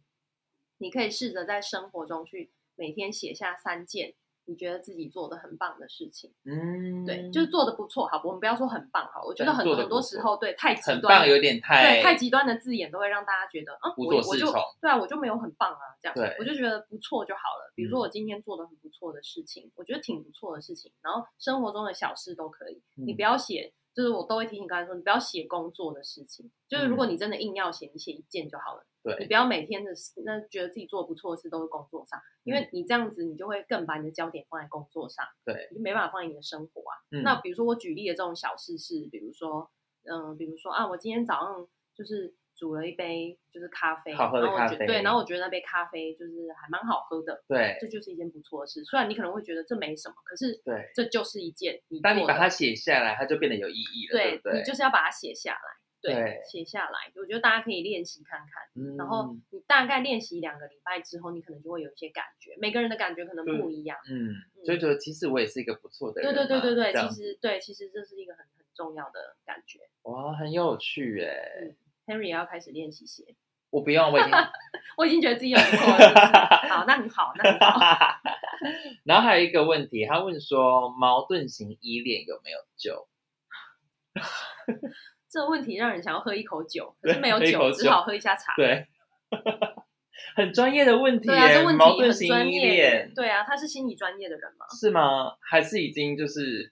Speaker 2: 你可以试着在生活中去每天写下三件你觉得自己做的很棒的事情。
Speaker 1: 嗯，
Speaker 2: 对，就是做的不错，好，我们不要说很棒，好，我觉得
Speaker 1: 对
Speaker 2: 很
Speaker 1: 做得
Speaker 2: 很多
Speaker 1: 不
Speaker 2: 时
Speaker 1: 错
Speaker 2: 候对太极
Speaker 1: 很
Speaker 2: 端
Speaker 1: 棒，
Speaker 2: 了，
Speaker 1: 有点
Speaker 2: 对
Speaker 1: 太
Speaker 2: 太极端的字眼都会让大家觉得，嗯，
Speaker 1: 无
Speaker 2: 我
Speaker 1: 所
Speaker 2: 我
Speaker 1: 适
Speaker 2: 就
Speaker 1: 从
Speaker 2: 对啊，我就没有很棒啊，这样，
Speaker 1: 对
Speaker 2: 我就觉得不错就好了。比如说
Speaker 1: 嗯
Speaker 2: 我今天做的很不错的事情，我觉得挺不错的事情，然后生活中的小事都可以，你
Speaker 1: 嗯
Speaker 2: 不要写。就是我都会提醒刚才说，你不要写工作的事情。就是如果你真的硬要写，你写一件就好了。你
Speaker 1: 嗯对
Speaker 2: 不要每天的事那觉得自己做得不错的事都是工作上，因为你这样子，你就会更把你的焦点放在工作上，
Speaker 1: 嗯对，
Speaker 2: 你就没办法放在你的生活啊。
Speaker 1: 嗯
Speaker 2: 那比如说我举例的这种小事是，比如说，嗯、比如说啊，我今天早上就是煮了一杯就是咖啡，
Speaker 1: 好喝的
Speaker 2: 然后我
Speaker 1: 咖
Speaker 2: 觉
Speaker 1: 啡
Speaker 2: 对，然后我觉得那杯咖啡就是还蛮好喝的，
Speaker 1: 对
Speaker 2: 这就是一件不错的事。虽然你可能会觉得这没什么，可是
Speaker 1: 对，
Speaker 2: 这就是一件你
Speaker 1: 当你
Speaker 2: 做
Speaker 1: 把
Speaker 2: 的
Speaker 1: 它写下来，它就变得有意义了，
Speaker 2: 对
Speaker 1: 对不对
Speaker 2: 你？就是要把它写下来，
Speaker 1: 对
Speaker 2: 写下来。我觉得大家可以练习看看，
Speaker 1: 嗯
Speaker 2: 然后你大概练习两个礼拜之后，你可能就会有一些感觉，每个人的感觉可能不
Speaker 1: 对
Speaker 2: 一样。
Speaker 1: 嗯，所以觉得其实我也是一个不错的人
Speaker 2: 对
Speaker 1: 啊，
Speaker 2: 对对对对，
Speaker 1: 这样
Speaker 2: 其实对，其实这是一个很很重要的感觉。
Speaker 1: 哇，很有趣哎。
Speaker 2: Henry 也要开始练习写，
Speaker 1: 我不用，我已经
Speaker 2: 我已经觉得自己有不错了。是不 是好，那很好，那很好。
Speaker 1: 然后还有一个问题，他问说矛盾型依恋有没有救？
Speaker 2: 这个问题让人想要喝一口酒，可是没有
Speaker 1: 对喝一口
Speaker 2: 酒，只
Speaker 1: 酒
Speaker 2: 好喝一下茶。
Speaker 1: 对， 很专业的问题耶，
Speaker 2: 对啊，这问
Speaker 1: 矛
Speaker 2: 题
Speaker 1: 盾
Speaker 2: 很
Speaker 1: 型
Speaker 2: 专
Speaker 1: 依
Speaker 2: 业
Speaker 1: 恋。
Speaker 2: 对啊，他是心理专业的人嘛，
Speaker 1: 是吗？还是已经就是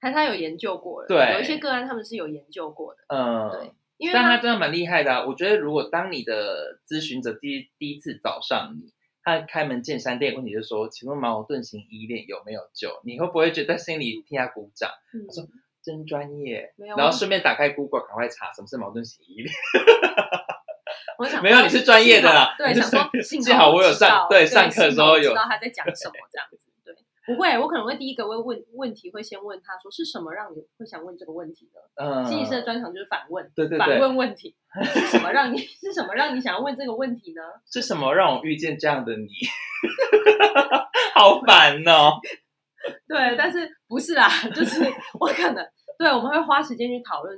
Speaker 2: 还是他有研究过的。
Speaker 1: 对
Speaker 2: 有一些个案他们是有研究过的。
Speaker 1: 嗯，
Speaker 2: 对，因为
Speaker 1: 但
Speaker 2: 他
Speaker 1: 他真的蛮厉害的、啊。我觉得如果当你的咨询者第一第一次找上你，他开门见山第一个问题就是说，请问矛盾型依恋有没有救？你会不会觉得心里替他鼓掌？
Speaker 2: 嗯
Speaker 1: 说真专业。
Speaker 2: 没有，
Speaker 1: 然后
Speaker 2: 我
Speaker 1: 顺便打开 Google，赶快查什么是矛盾型依恋。
Speaker 2: 我想
Speaker 1: 没有
Speaker 2: 说
Speaker 1: 你是专业的啦
Speaker 2: 幸好对，
Speaker 1: 你是
Speaker 2: 想 说
Speaker 1: 专
Speaker 2: 幸
Speaker 1: 幸好我有
Speaker 2: 知道
Speaker 1: 上对上课的时候有
Speaker 2: 幸好我知道他在讲什么这样子，对，不会，我可能会第一个会问问题，会先问他说是什么让你会想问这个问题呢？
Speaker 1: 嗯，
Speaker 2: 心理师的专长就是反问，
Speaker 1: 对对
Speaker 2: 反
Speaker 1: 对，
Speaker 2: 问问题是什么让你是什么让你想要问这个问题呢？
Speaker 1: 是什么让我遇见这样的你？ 好烦哦！
Speaker 2: 对，但是不是啦，就是我可能对我们会花时间去讨论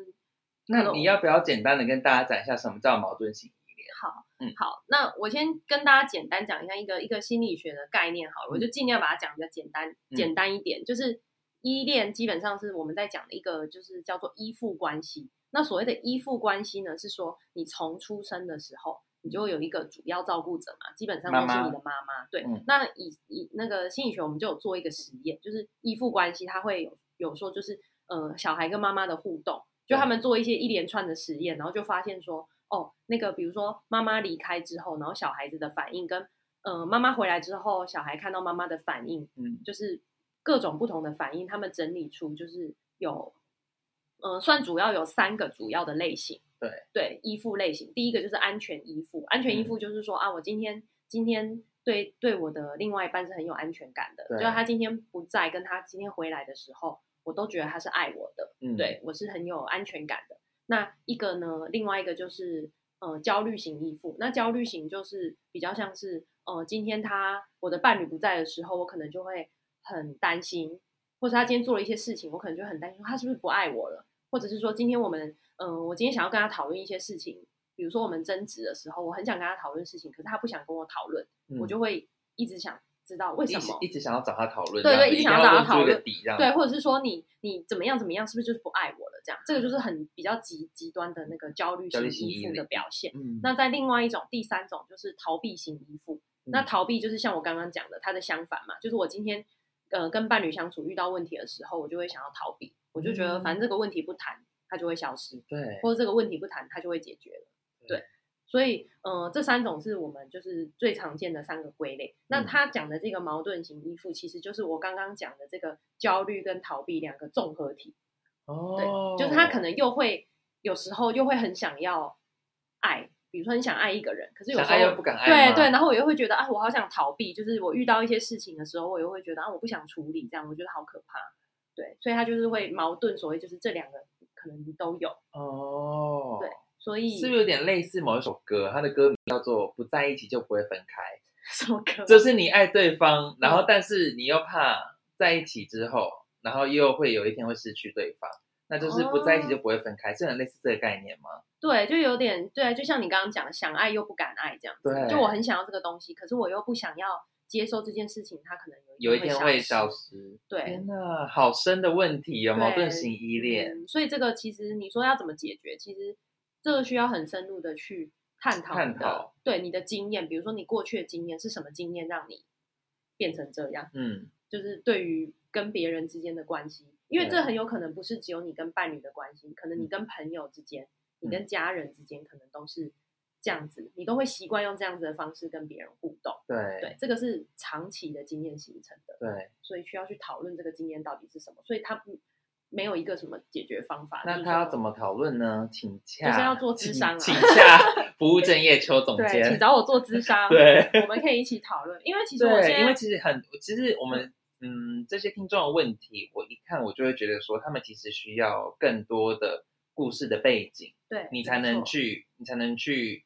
Speaker 1: 那你要不要简单的跟大家讲一下什么叫矛盾型依恋？
Speaker 2: 好，
Speaker 1: 嗯
Speaker 2: 好，那我先跟大家简单讲一下一个一个心理学的概念好了，我就尽量把它讲比较简单、
Speaker 1: 嗯
Speaker 2: 简单一点，就是依恋基本上是我们在讲的一个就是叫做依附关系。那所谓的依附关系呢，是说你从出生的时候，你就会有一个主要照顾者嘛，基本上
Speaker 1: 妈
Speaker 2: 都是
Speaker 1: 妈
Speaker 2: 你的妈妈。对，
Speaker 1: 嗯
Speaker 2: 那以以那个心理学，我们就有做一个实验，就是依附关系，它会有有说就是呃小孩跟妈妈的互动，就他们做一些一连串的实验，然后就发现说哦，那个比如说妈妈离开之后，然后小孩子的反应跟呃妈妈回来之后，小孩看到妈妈的反应，
Speaker 1: 嗯，
Speaker 2: 就是各种不同的反应，他们整理出就是有，嗯、算主要有三个主要的类型。
Speaker 1: 对嗯
Speaker 2: 对，依附类型，第一个就是安全依附，安全依附就是说、啊，我今天今天对对我的另外一半是很有安全感的，
Speaker 1: 对
Speaker 2: 就是他今天不在，跟他今天回来的时候，我都觉得他是爱我的，
Speaker 1: 嗯，
Speaker 2: 对我是很有安全感的。那一个呢，另外一个就是呃焦虑型依附。那焦虑型就是比较像是呃，今天他我的伴侣不在的时候，我可能就会很担心，或者他今天做了一些事情，我可能就很担心他是不是不爱我了，或者是说今天我们嗯、呃我今天想要跟他讨论一些事情，比如说我们争执的时候，我很想跟他讨论事情，可是他不想跟我讨论，
Speaker 1: 嗯，
Speaker 2: 我就会一直想知道为
Speaker 1: 一
Speaker 2: 什
Speaker 1: 直
Speaker 2: 么。
Speaker 1: 一直想要找他讨论，
Speaker 2: 对
Speaker 1: 这样
Speaker 2: 对
Speaker 1: 子
Speaker 2: 一直
Speaker 1: 一
Speaker 2: 想
Speaker 1: 定
Speaker 2: 要找
Speaker 1: 问
Speaker 2: 他讨
Speaker 1: 出一个
Speaker 2: 论
Speaker 1: 底，这样
Speaker 2: 对，
Speaker 1: 子，
Speaker 2: 或者是说你你怎么样怎么样，是不是就是不爱我了？这样，这个就是很比较极极端的那个焦虑
Speaker 1: 焦
Speaker 2: 型
Speaker 1: 虑型
Speaker 2: 依
Speaker 1: 依
Speaker 2: 附的
Speaker 1: 附
Speaker 2: 表现。
Speaker 1: 嗯，
Speaker 2: 那在另外一种第三种就是逃避型依附，那
Speaker 1: 嗯
Speaker 2: 逃避就是像我刚刚讲的，它的相反嘛，就是我今天呃跟伴侣相处遇到问题的时候，我就会想要逃避，我就觉得
Speaker 1: 嗯
Speaker 2: 反正这个问题不谈，它就会消失，
Speaker 1: 对，
Speaker 2: 或者这个问题不谈，它就会解决了。对，所以呃，这三种是我们就是最常见的三个归类。那
Speaker 1: 嗯
Speaker 2: 他讲的这个矛盾型依附，其实就是我刚刚讲的这个焦虑跟逃避两个综合体。对，
Speaker 1: 哦，
Speaker 2: 就是他可能又会有时候又会很想要爱，比如说你想爱一个人，可是有
Speaker 1: 想
Speaker 2: 时
Speaker 1: 爱又
Speaker 2: 候
Speaker 1: 不敢爱
Speaker 2: 对
Speaker 1: 吗，
Speaker 2: 对，然后我又会觉得啊，我好想逃避，就是我遇到一些事情的时候，我又会觉得啊，我不想处理，这样我觉得好可怕。对，所以他就是会矛盾，所谓就是这两个可能都有，
Speaker 1: 哦，
Speaker 2: 对所以
Speaker 1: 是不是有点类似某一首歌？它的歌名叫做《不在一起就不会分开
Speaker 2: 什么可》，
Speaker 1: 就是你爱对方，然后
Speaker 2: 嗯
Speaker 1: 但是你又怕在一起之后，然后又会有一天会失去对方，那就是不在一起
Speaker 2: 哦
Speaker 1: 就不会分开，是很类似这个概念吗？
Speaker 2: 对，就有点对，啊就像你刚刚讲，的，想爱又不敢爱这样子。
Speaker 1: 对
Speaker 2: 就我很想要这个东西，可是我又不想要接受这件事情，它可能
Speaker 1: 有
Speaker 2: 有
Speaker 1: 一天会消
Speaker 2: 失。
Speaker 1: 失。
Speaker 2: 对
Speaker 1: 天哪，好深的问题哦，
Speaker 2: 对
Speaker 1: 矛盾型依恋。
Speaker 2: 嗯，所以这个其实你说要怎么解决，其实这个需要很深入的去探讨你
Speaker 1: 探
Speaker 2: 的
Speaker 1: 讨
Speaker 2: 对你的经验，比如说你过去的经验是什么经验让你变成这样，
Speaker 1: 嗯，
Speaker 2: 就是对于跟别人之间的关系，因为这
Speaker 1: 对嗯
Speaker 2: 很有可能不是只有你跟伴侣的关系，可能你跟朋友之间，你跟家人之间，可能都是这样子，你都会习惯用这样子的方式跟别人互动。
Speaker 1: 对
Speaker 2: 对，这个是长期的经验形成的。
Speaker 1: 对
Speaker 2: 所以需要去讨论这个经验到底是什么，所以他不没有一个什么解决方法。就
Speaker 1: 那
Speaker 2: 是
Speaker 1: 他要
Speaker 2: 说
Speaker 1: 怎么讨论呢？请假，
Speaker 2: 就是要做咨商啊
Speaker 1: 请请假服务正业邱总
Speaker 2: 对，请
Speaker 1: 监。
Speaker 2: 找我做咨 商，
Speaker 1: 对，
Speaker 2: 我们可以一起讨论。因为其实我现
Speaker 1: 对，因为
Speaker 2: 在
Speaker 1: 其实很，其实我们嗯这些听众的问题，我一看我就会觉得说，他们其实需要更多的故事的背景，
Speaker 2: 对
Speaker 1: 你才
Speaker 2: 没
Speaker 1: 能
Speaker 2: 错
Speaker 1: 去，你才能去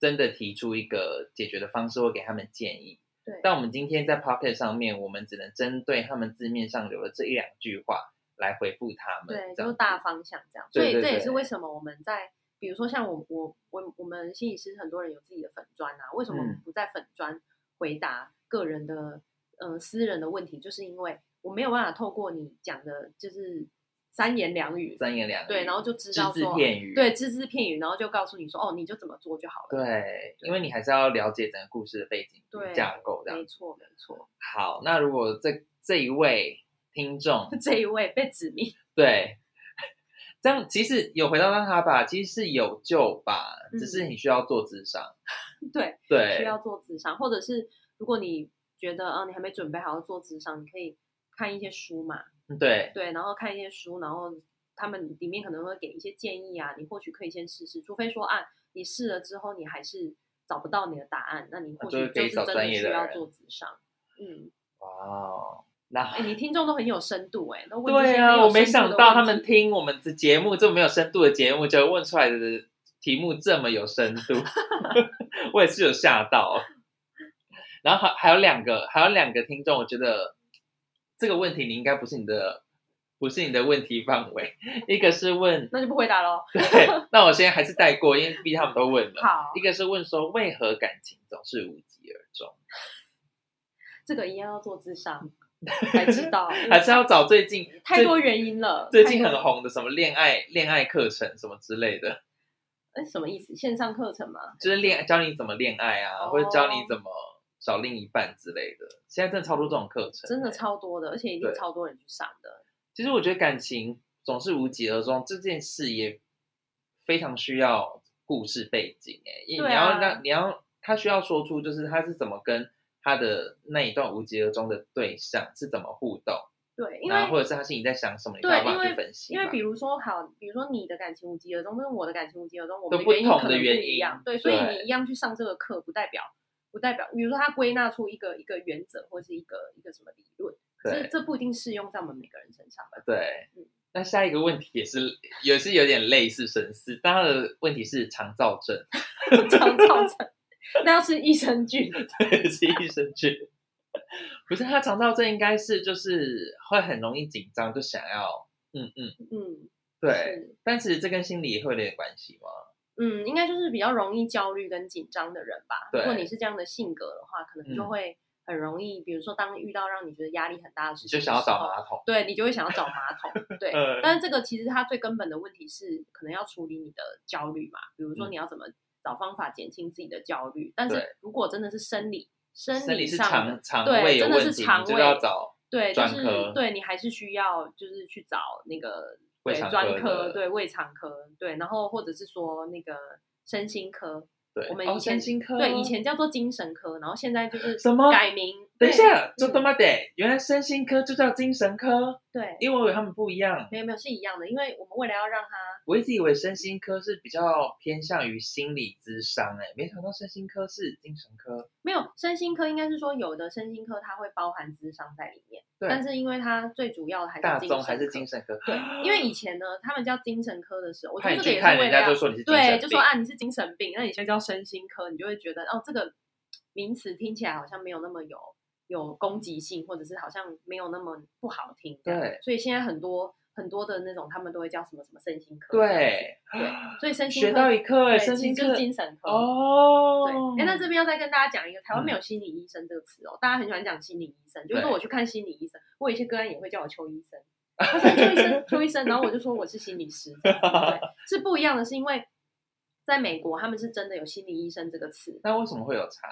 Speaker 1: 真的提出一个解决的方式，或给他们建议。
Speaker 2: 对
Speaker 1: 但我们今天在 Pocket 上面，我们只能针对他们字面上留的这一两句话来回复他们。
Speaker 2: 对，
Speaker 1: 这
Speaker 2: 就
Speaker 1: 样
Speaker 2: 是
Speaker 1: 子
Speaker 2: 大方向这样。
Speaker 1: 对
Speaker 2: 所以
Speaker 1: 对
Speaker 2: 这也是
Speaker 1: 对
Speaker 2: 为什么我们在，比如说像我我我我们心理师很多人有自己的粉砖啊，为什么我们
Speaker 1: 嗯
Speaker 2: 不在粉砖回答个人的呃私人的问题？就是因为我没有办法透过你讲的，就是三言两语，
Speaker 1: 三言两语，
Speaker 2: 对，然后就知
Speaker 1: 只
Speaker 2: 道
Speaker 1: 字
Speaker 2: 说。
Speaker 1: 片语，
Speaker 2: 对，只字片语，然后就告诉你说，哦，你就怎么做就好了。
Speaker 1: 对，因为你还是要了解整个故事的背景
Speaker 2: 对
Speaker 1: 架构这样
Speaker 2: 没。错，没错。
Speaker 1: 好，那如果这这一位听众
Speaker 2: 这一位被指名，
Speaker 1: 对，这样其实有回答到他吧，其实是有救吧，
Speaker 2: 嗯
Speaker 1: 只是你需要做智商，
Speaker 2: 对，需
Speaker 1: 对
Speaker 2: 要做智商，或者是如果你觉得啊，你还没准备好要做智商，你可以看一些书嘛，
Speaker 1: 对
Speaker 2: 对，然后看一些书，然后他们里面可能会给一些建议啊，你或许可以先试试，除非说啊，你试了之后你还是找不到你的答案，那你或
Speaker 1: 啊就
Speaker 2: 许
Speaker 1: 是可
Speaker 2: 就
Speaker 1: 以
Speaker 2: 是
Speaker 1: 找
Speaker 2: 真
Speaker 1: 专
Speaker 2: 的
Speaker 1: 业
Speaker 2: 需
Speaker 1: 的
Speaker 2: 要
Speaker 1: 人
Speaker 2: 做智商。嗯，
Speaker 1: 哇哦，那
Speaker 2: 哎，你听众都很有深度哎、都问这
Speaker 1: 对
Speaker 2: 些
Speaker 1: 啊，
Speaker 2: 很有
Speaker 1: 我没
Speaker 2: 深度
Speaker 1: 想
Speaker 2: 的
Speaker 1: 到
Speaker 2: 问
Speaker 1: 他
Speaker 2: 题
Speaker 1: 们听我们的节目这么没有深度的节目，就问出来的题目这么有深 度，我也是有吓到。然后还还有两个，还有两个听众，我觉得这个问题你应该不是你的，不是你的问题范围。 一个是问，
Speaker 2: 那就不回答喽。
Speaker 1: 对，那我现在还是带过，因为毕竟他们都问了。
Speaker 2: 好
Speaker 1: 一，个是问说，为何感情总是无疾而终？
Speaker 2: 这个一样要做智商才知道，因为
Speaker 1: 还是要找最近
Speaker 2: 嗯太多原因了。
Speaker 1: 最
Speaker 2: 太
Speaker 1: 近
Speaker 2: 多
Speaker 1: 很红的什么恋爱恋爱课程什么之类的。
Speaker 2: 哎，什么意思？线上课程吗？
Speaker 1: 就是恋教你怎么恋爱啊，
Speaker 2: 哦
Speaker 1: 或者教你怎么找另一半之类的。现在真的超多这种课程，
Speaker 2: 真的
Speaker 1: 欸。
Speaker 2: 超多的，而且一定
Speaker 1: 对
Speaker 2: 超多人去上的。
Speaker 1: 其实我觉得感情总是无疾而终，这件事也非常需要故事背景哎、因为你
Speaker 2: 对啊
Speaker 1: 要让、你要他需要说出就是他是怎么跟他的那一段无疾而终的对象是怎么互动，
Speaker 2: 对，因为
Speaker 1: 然后或者是他心里在想什么，你
Speaker 2: 对
Speaker 1: 才有办
Speaker 2: 因
Speaker 1: 法
Speaker 2: 为
Speaker 1: 去分析
Speaker 2: 因
Speaker 1: 嘛。
Speaker 2: 为比如说，好，比如说你的感情无疾而终，跟我的感情无疾而终，我
Speaker 1: 都
Speaker 2: 们
Speaker 1: 不
Speaker 2: 原因
Speaker 1: 同
Speaker 2: 可
Speaker 1: 的
Speaker 2: 能
Speaker 1: 原
Speaker 2: 不一样
Speaker 1: 因，
Speaker 2: 对，所以
Speaker 1: 对
Speaker 2: 你一样去上这个课，不代表不代表，比如说他归纳出一个一个原则或是一个一个什么理论，可是
Speaker 1: 对
Speaker 2: 这不一定适用在我们每个人身上吧？
Speaker 1: 对
Speaker 2: 嗯，
Speaker 1: 那下一个问题也是也是有点类似神似，但他的问题是肠燥症，
Speaker 2: 常造成，那要是益 生菌，
Speaker 1: 是益生菌。不是他肠燥症应该是就是会很容易紧张，就想要嗯嗯
Speaker 2: 嗯，
Speaker 1: 对，
Speaker 2: 是，
Speaker 1: 但其实这跟心理也会有点关系嘛。
Speaker 2: 嗯，应该就是比较容易焦虑跟紧张的人吧。如果
Speaker 1: 对
Speaker 2: 你是这样的性格的话，可能就
Speaker 1: 嗯
Speaker 2: 会很容易，比如说当遇到让你觉得压力很大的事
Speaker 1: 你就
Speaker 2: 情的时
Speaker 1: 想
Speaker 2: 候，
Speaker 1: 要找马桶，
Speaker 2: 对你就会想要找马桶，对。
Speaker 1: 嗯
Speaker 2: 但是这个其实它最根本的问题是，可能要处理你的焦虑嘛，比如说
Speaker 1: 嗯
Speaker 2: 你要怎么找方法减轻自己的焦虑。但是
Speaker 1: 对如
Speaker 2: 如果真的是生理生
Speaker 1: 生理是
Speaker 2: 上的
Speaker 1: 肠，肠
Speaker 2: 对
Speaker 1: 胃有
Speaker 2: 真的
Speaker 1: 问
Speaker 2: 是
Speaker 1: 题，
Speaker 2: 肠
Speaker 1: 你就
Speaker 2: 胃
Speaker 1: 要找
Speaker 2: 对，就
Speaker 1: 专
Speaker 2: 是
Speaker 1: 科
Speaker 2: 对你还是需要就是去找那个
Speaker 1: 胃
Speaker 2: 对
Speaker 1: 肠
Speaker 2: 专
Speaker 1: 科
Speaker 2: 科，
Speaker 1: 的
Speaker 2: 对胃肠科，对，然后或者是说那个身心科，
Speaker 1: 对。
Speaker 2: 我们
Speaker 1: 哦
Speaker 2: 以前
Speaker 1: 身心科
Speaker 2: 对以前叫做精神科，然后现在就是
Speaker 1: 什么
Speaker 2: 改名？
Speaker 1: 等一
Speaker 2: 对
Speaker 1: 下，这
Speaker 2: 嗯
Speaker 1: 他妈的，原来身心科就叫精神科，
Speaker 2: 对，
Speaker 1: 因为我以为他们不一样。
Speaker 2: 没有没有是一样的，因为我们为了要让它
Speaker 1: 我一直以为身心科是比较偏向于心理咨商、哎，没想到身心科是精神科。
Speaker 2: 没有身心科，应该是说有的身心科它会包含智商在里面，
Speaker 1: 对
Speaker 2: 但是因为它最主要的还
Speaker 1: 大
Speaker 2: 是精神
Speaker 1: 宗
Speaker 2: 科，
Speaker 1: 还是精神科，
Speaker 2: 对，因为以前呢，他们叫精神科的时候，我觉
Speaker 1: 怕
Speaker 2: 得
Speaker 1: 你
Speaker 2: 这个
Speaker 1: 去
Speaker 2: 也
Speaker 1: 看
Speaker 2: 是为
Speaker 1: 人
Speaker 2: 了
Speaker 1: 家
Speaker 2: 要
Speaker 1: 就说你是精神
Speaker 2: 对，
Speaker 1: 病，
Speaker 2: 就说啊你是精神病，那你现在叫身心科，你就会觉得哦这个名词听起来好像没有那么有有攻击性，或者是好像没有那么不好听这样。
Speaker 1: 对
Speaker 2: 所以现在很多很多的那种他们都会叫什么什么身心科这样子，
Speaker 1: 对，
Speaker 2: 所以身心
Speaker 1: 学
Speaker 2: 科
Speaker 1: 到一课、哎，
Speaker 2: 对
Speaker 1: 身
Speaker 2: 其实
Speaker 1: 心
Speaker 2: 就是
Speaker 1: 科
Speaker 2: 精神科。
Speaker 1: 哦，
Speaker 2: 对，哎，那这边要再跟大家讲一个，台湾没
Speaker 1: 嗯
Speaker 2: 有心理医生这个词哦，大家很喜欢讲心理医生，就是说
Speaker 1: 对
Speaker 2: 我去看心理医生，我有一些个案也会叫我邱医生，他说邱医 生，邱医生，然后我就说我是心理师，这样子对，是不一样的，是因为在美国他们是真的有心理医生这个词，
Speaker 1: 那为什么会有差？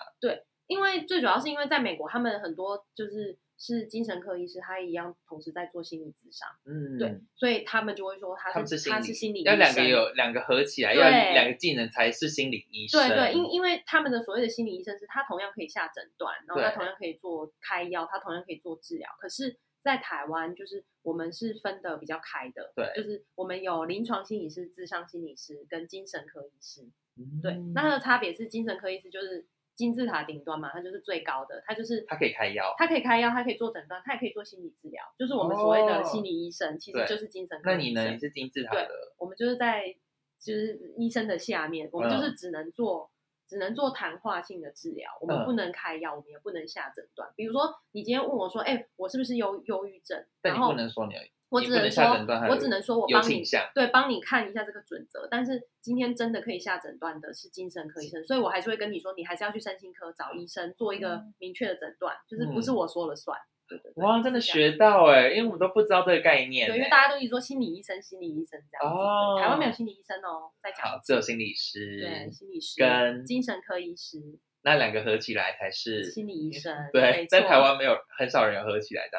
Speaker 2: 因为最主要是因为在美国他们很多就是是精神科医师，他一样同时在做心理咨商，
Speaker 1: 嗯，
Speaker 2: 对所以他们就会说他
Speaker 1: 他们是
Speaker 2: 是
Speaker 1: 心
Speaker 2: 他
Speaker 1: 理
Speaker 2: 是心理医
Speaker 1: 要
Speaker 2: 生，
Speaker 1: 两个有两个合起来，
Speaker 2: 对
Speaker 1: 要两个技能才是心理医生。
Speaker 2: 对对，因因为他们的所谓的心理医生是他同样可以下诊断，然后他
Speaker 1: 对
Speaker 2: 同样可以做开药，他同样可以做治疗。可是，在台湾就是我们是分的比较开的，
Speaker 1: 对
Speaker 2: 就是我们有临床心理师、智商心理师跟精神科医师。
Speaker 1: 嗯
Speaker 2: 对，那它的差别是精神科医师就是金字塔顶端嘛，它就是最高的，它就是
Speaker 1: 他可以开药。
Speaker 2: 它可以开药，它可以做诊断，它也可以做心理治疗，就是我们所谓的
Speaker 1: 哦
Speaker 2: 心理医生，其实
Speaker 1: 对
Speaker 2: 就是精神科医
Speaker 1: 那
Speaker 2: 生。
Speaker 1: 你呢？你是金字塔的，
Speaker 2: 我们就是在就是医生的下面，我们就是
Speaker 1: 嗯
Speaker 2: 只能做、只能做谈话性的治疗，我们
Speaker 1: 嗯
Speaker 2: 不能开药，我们也不能下诊断。比如说，你今天问我说：“哎、我是不是忧忧郁症？”
Speaker 1: 但
Speaker 2: 然
Speaker 1: 你
Speaker 2: 后
Speaker 1: 不能说你有
Speaker 2: 我
Speaker 1: 你
Speaker 2: 只
Speaker 1: 不能
Speaker 2: 能
Speaker 1: 下诊断还
Speaker 2: 说，
Speaker 1: 有
Speaker 2: 我只能说我
Speaker 1: 有
Speaker 2: 帮你
Speaker 1: 倾向。
Speaker 2: 对帮你看一下这个准则。但是今天真的可以下诊断的是精神科医生，所以我还是会跟你说，你还是要去身心科找医生做一个明确的诊断，就是不是
Speaker 1: 嗯
Speaker 2: 我说了算。对对对
Speaker 1: 哇，真的
Speaker 2: 是这样
Speaker 1: 学到哎，因为我们都不知道这个概念
Speaker 2: 对，因为
Speaker 1: 欸。
Speaker 2: 大家都一直说心理医生、心理医生这样子，
Speaker 1: 哦
Speaker 2: 对台湾没有心理医生哦，再讲一
Speaker 1: 好，
Speaker 2: 次
Speaker 1: 只有心理师，
Speaker 2: 对，心理师
Speaker 1: 跟
Speaker 2: 精神科医师、
Speaker 1: 那两个合起来才是
Speaker 2: 心理医生，
Speaker 1: 对
Speaker 2: 没，
Speaker 1: 在
Speaker 2: 错
Speaker 1: 台，湾没有很少人有合起来的。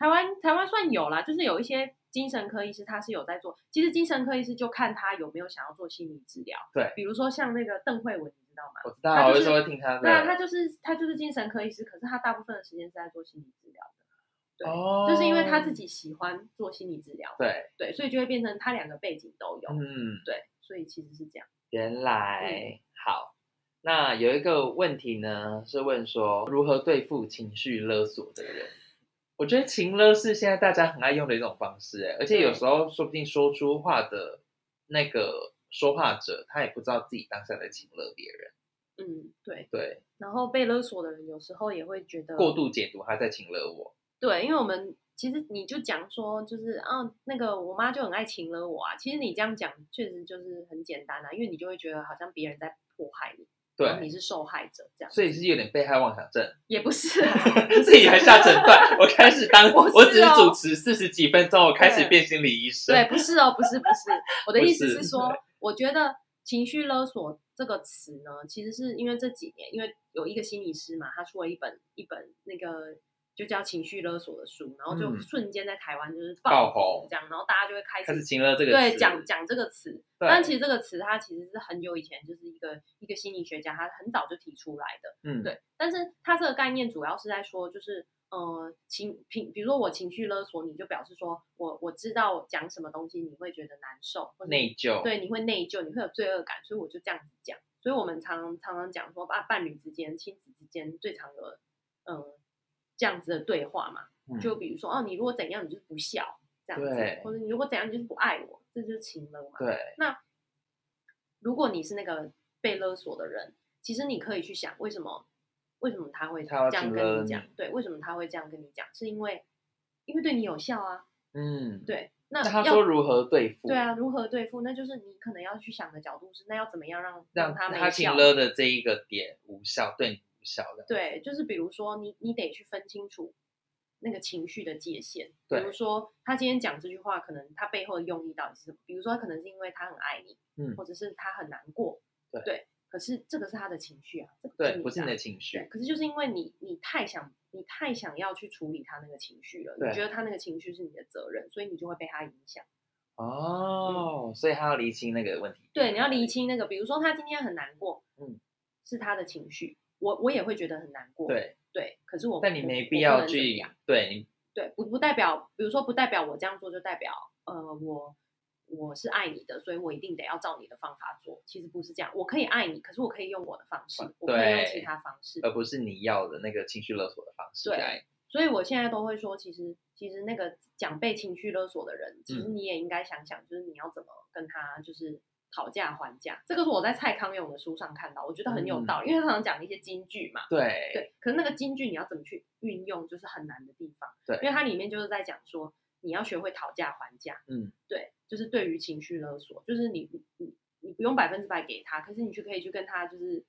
Speaker 2: 台湾台湾算有啦，就是有一些精神科医师他是有在做，其实精神科医师就看他有没有想要做心理治疗，
Speaker 1: 对
Speaker 2: 比如说像那个邓慧文，你知道吗？
Speaker 1: 我知
Speaker 2: 他
Speaker 1: 道，
Speaker 2: 就
Speaker 1: 我
Speaker 2: 是
Speaker 1: 有时候会听他的。
Speaker 2: 对啊，他就是他就是精神科医师，可是他大部分的时间是在做心理治疗的，对
Speaker 1: 哦，
Speaker 2: 就是因为他自己喜欢做心理治疗，
Speaker 1: 对，
Speaker 2: 对，所以就会变成他两个背景都有，
Speaker 1: 嗯，
Speaker 2: 对，所以其实是这样。
Speaker 1: 原
Speaker 2: 嗯
Speaker 1: 来、好。那有一个问题呢，是问说如何对付情绪勒索的人。我觉得情勒是现在大家很爱用的一种方式，哎而且有时候说不定说出话的那个说话者，他也不知道自己当下在情勒别人，
Speaker 2: 嗯，对，
Speaker 1: 对，
Speaker 2: 然后被勒索的人有时候也会觉得
Speaker 1: 过度解读他在情勒我，
Speaker 2: 对，因为我们其实你就讲说，就是啊，那个我妈就很爱情了我啊。其实你这样讲，确实就是很简单啊，因为你就会觉得好像别人在迫害你，然后
Speaker 1: 对，
Speaker 2: 你是受害者这样。
Speaker 1: 所以是有点被害妄想症，
Speaker 2: 也不是啊
Speaker 1: 自己还下诊断，我开始 当，
Speaker 2: 不是哦
Speaker 1: 我只是主持四十几分钟，我开始
Speaker 2: 对
Speaker 1: 变心理医生，
Speaker 2: 对，不是哦，不是不是，我的
Speaker 1: 不
Speaker 2: 意思
Speaker 1: 是
Speaker 2: 是说，我觉得情绪勒索这个词呢，其实是因为这几年，因为有一个心理师嘛，他出了一本一本那个就叫《情绪勒索》的书，然后就
Speaker 1: 嗯
Speaker 2: 瞬间在台湾就是
Speaker 1: 爆
Speaker 2: 爆
Speaker 1: 红
Speaker 2: 这样，然后大家就会开
Speaker 1: 开始
Speaker 2: 始
Speaker 1: 情了这个
Speaker 2: 对
Speaker 1: 词
Speaker 2: 讲讲这个词，
Speaker 1: 对
Speaker 2: 但其实这个词它其实是很久以前就是一个一个心理学家他很早就提出来的，
Speaker 1: 嗯
Speaker 2: 对，但是它这个概念主要是在说，就是呃情平，比如说我情绪勒索你，就表示说我我知道讲什么东西你会觉得难受，或者
Speaker 1: 内疚
Speaker 2: 对你会内疚，你会有罪恶感，所以我就这样子讲。所以我们常常常讲说，啊，伴侣之间、亲子之间最常有嗯、呃这样子的对话嘛，
Speaker 1: 嗯
Speaker 2: 就比如说哦，你如果怎样，你就是不孝这样
Speaker 1: 对
Speaker 2: 子，或者你如果怎样，你就是不爱我，这就是情勒嘛。
Speaker 1: 对
Speaker 2: 如果你是那个被勒索的人，其实你可以去想，为什么为什么他会这
Speaker 1: 他要
Speaker 2: 样
Speaker 1: 去
Speaker 2: 跟
Speaker 1: 勒
Speaker 2: 你讲
Speaker 1: 你？
Speaker 2: 对，为什么他会这样跟你讲？是因为因为对你有效啊，
Speaker 1: 嗯。
Speaker 2: 对。那
Speaker 1: 那他
Speaker 2: 要
Speaker 1: 说如何对付？
Speaker 2: 对啊，如何对付？那就是你可能要去想的角度是，那要怎么样让
Speaker 1: 让
Speaker 2: 他
Speaker 1: 他
Speaker 2: 没
Speaker 1: 请
Speaker 2: 效？
Speaker 1: 了的这一个点无效，对你无效的。
Speaker 2: 对，就是比如说你你得去分清楚那个情绪的界限。比
Speaker 1: 对
Speaker 2: 如说他今天讲这句话，可能他背后的用意到底是什么？比如说他可能是因为他很爱你，
Speaker 1: 嗯
Speaker 2: 或者是他很难过，
Speaker 1: 对
Speaker 2: 可是这个是他的情绪啊，这个
Speaker 1: 对，不是
Speaker 2: 的
Speaker 1: 你
Speaker 2: 啊
Speaker 1: 的情
Speaker 2: 对，
Speaker 1: 绪。
Speaker 2: 可是就是因为你你太想你太想要去处理他那个情绪了，
Speaker 1: 对
Speaker 2: 你觉得他那个情绪是你的责任，所以你就会被他影响。
Speaker 1: 哦，所以他要厘清那个问题。
Speaker 2: 嗯对，你要厘。清那个，比如说他今天很难过，
Speaker 1: 嗯，
Speaker 2: 是他的情绪，我我也会觉得很难过，
Speaker 1: 对，
Speaker 2: 对，可是我
Speaker 1: 但你
Speaker 2: 我
Speaker 1: 没
Speaker 2: 我
Speaker 1: 必
Speaker 2: 不
Speaker 1: 要
Speaker 2: 能怎么
Speaker 1: 去
Speaker 2: 样，
Speaker 1: 对你
Speaker 2: 对，不不代表，比如说不代表我这样做就代表，呃，我我是爱你的，所以我一定得要照你的方法做，其实不是这样，我可以爱你，可是我可以用我的方式，我可以用其
Speaker 1: 对
Speaker 2: 他方式，
Speaker 1: 而不是你要的那个情绪勒索的方式
Speaker 2: 对
Speaker 1: 来。
Speaker 2: 所以我现在都会说，其实其实那个讲被情绪勒索的人，
Speaker 1: 嗯
Speaker 2: 其实你也应该想想，就是你要怎么跟他就是讨价还价。这个是我在蔡康永的书上看到，我觉得很
Speaker 1: 嗯
Speaker 2: 有道理，因为他常常讲一些金句嘛。
Speaker 1: 对
Speaker 2: 对，可是那个金句你要怎么去运用，就是很难的地方。
Speaker 1: 对
Speaker 2: 因为它里面就是在讲说，你要学会讨价还价。
Speaker 1: 嗯，
Speaker 2: 对，就是对于情绪勒索，就是你你你你不用百分之百给他，可是你去可以去跟他就是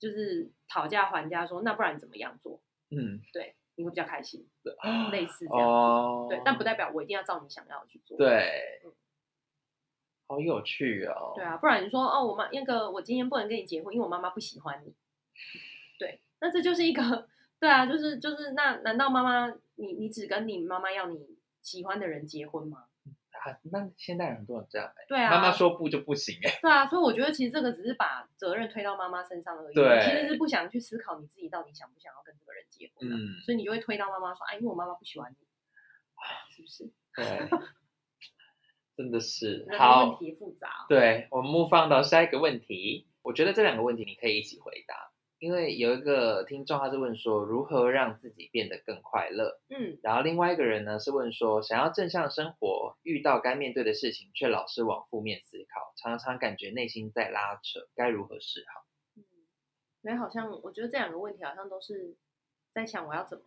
Speaker 2: 就是讨价还价说，那不然你怎么样做？
Speaker 1: 嗯，
Speaker 2: 对，你会比较开心。
Speaker 1: 对
Speaker 2: 类似这样子
Speaker 1: 哦，
Speaker 2: 对，但不代表我一定要照你想要的去做。
Speaker 1: 对
Speaker 2: 嗯，
Speaker 1: 好有趣哦。
Speaker 2: 对啊，不然你说哦，我妈那个我今天不能跟你结婚，因为我妈妈不喜欢你。对，那这就是一个对啊，就是就是那难道妈妈你你只跟你妈妈要你喜欢的人结婚吗？
Speaker 1: 啊，那现代人很多人这样欸，
Speaker 2: 对啊，
Speaker 1: 妈妈说不就不行哎。
Speaker 2: 对啊，所以我觉得其实这个只是把责任推到妈妈身上而已，
Speaker 1: 对
Speaker 2: 你其实是不想去思考你自己到底想不想要跟这个人结婚、啊，
Speaker 1: 嗯，
Speaker 2: 所以你就会推到妈妈说，哎，因为我妈妈不喜欢你，
Speaker 1: 啊
Speaker 2: 是不是？
Speaker 1: 对，真的是
Speaker 2: 人的问
Speaker 1: 好。
Speaker 2: 题复杂哦、
Speaker 1: 对，我们 move on 到下一个问题。我觉得这两个问题你可以一起回答，因为有一个听众他是问说如何让自己变得更快乐，
Speaker 2: 嗯，
Speaker 1: 然后另外一个人呢是问说想要正向生活，遇到该面对的事情却老是往负面思考，常常感觉内心在拉扯，该如何是好？
Speaker 2: 嗯，所以好像我觉得这两个问题好像都是在想我要怎么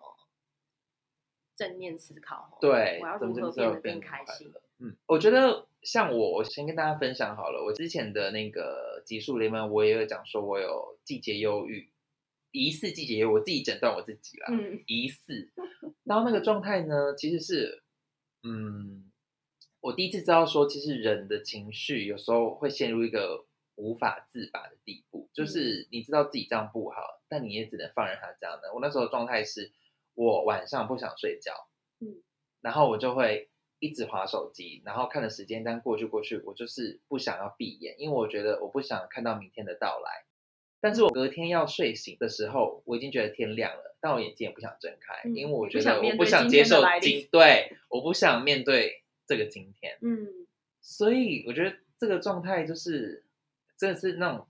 Speaker 2: 正面思考哦，
Speaker 1: 对
Speaker 2: 我要，
Speaker 1: 怎
Speaker 2: 如
Speaker 1: 么
Speaker 2: 何
Speaker 1: 怎
Speaker 2: 变
Speaker 1: 么
Speaker 2: 得更
Speaker 1: 快
Speaker 2: 开
Speaker 1: 乐
Speaker 2: 心。
Speaker 1: 嗯，我觉得像我，我先跟大家分享好了。我之前的那个集数里面，我也有讲说我有季节忧郁，疑似季节忧郁，我自己诊断我自己啦。
Speaker 2: 嗯
Speaker 1: 疑似。然后那个状态呢，其实是，嗯，我第一次知道说，其实人的情绪有时候会陷入一个无法自拔的地步，就是你知道自己这样不好，但你也只能放任他这样的。我那时候的状态是，我晚上不想睡觉，
Speaker 2: 嗯，
Speaker 1: 然后我就会。一直划手机，然后看了时间单过去过去，我就是不想要闭眼，因为我觉得我不想看到明天的到来。但是我隔天要睡醒的时候，我已经觉得天亮了，但我眼睛也不想睁开，
Speaker 2: 嗯
Speaker 1: 因为我
Speaker 2: 你
Speaker 1: 觉
Speaker 2: 不
Speaker 1: 得
Speaker 2: 想
Speaker 1: 我
Speaker 2: 面
Speaker 1: 不
Speaker 2: 对
Speaker 1: 想
Speaker 2: 今
Speaker 1: 接
Speaker 2: 天的
Speaker 1: 受
Speaker 2: 来
Speaker 1: 今
Speaker 2: 临
Speaker 1: 对，我不想面对这个今天，
Speaker 2: 嗯，
Speaker 1: 所以我觉得这个状态就是真的是那种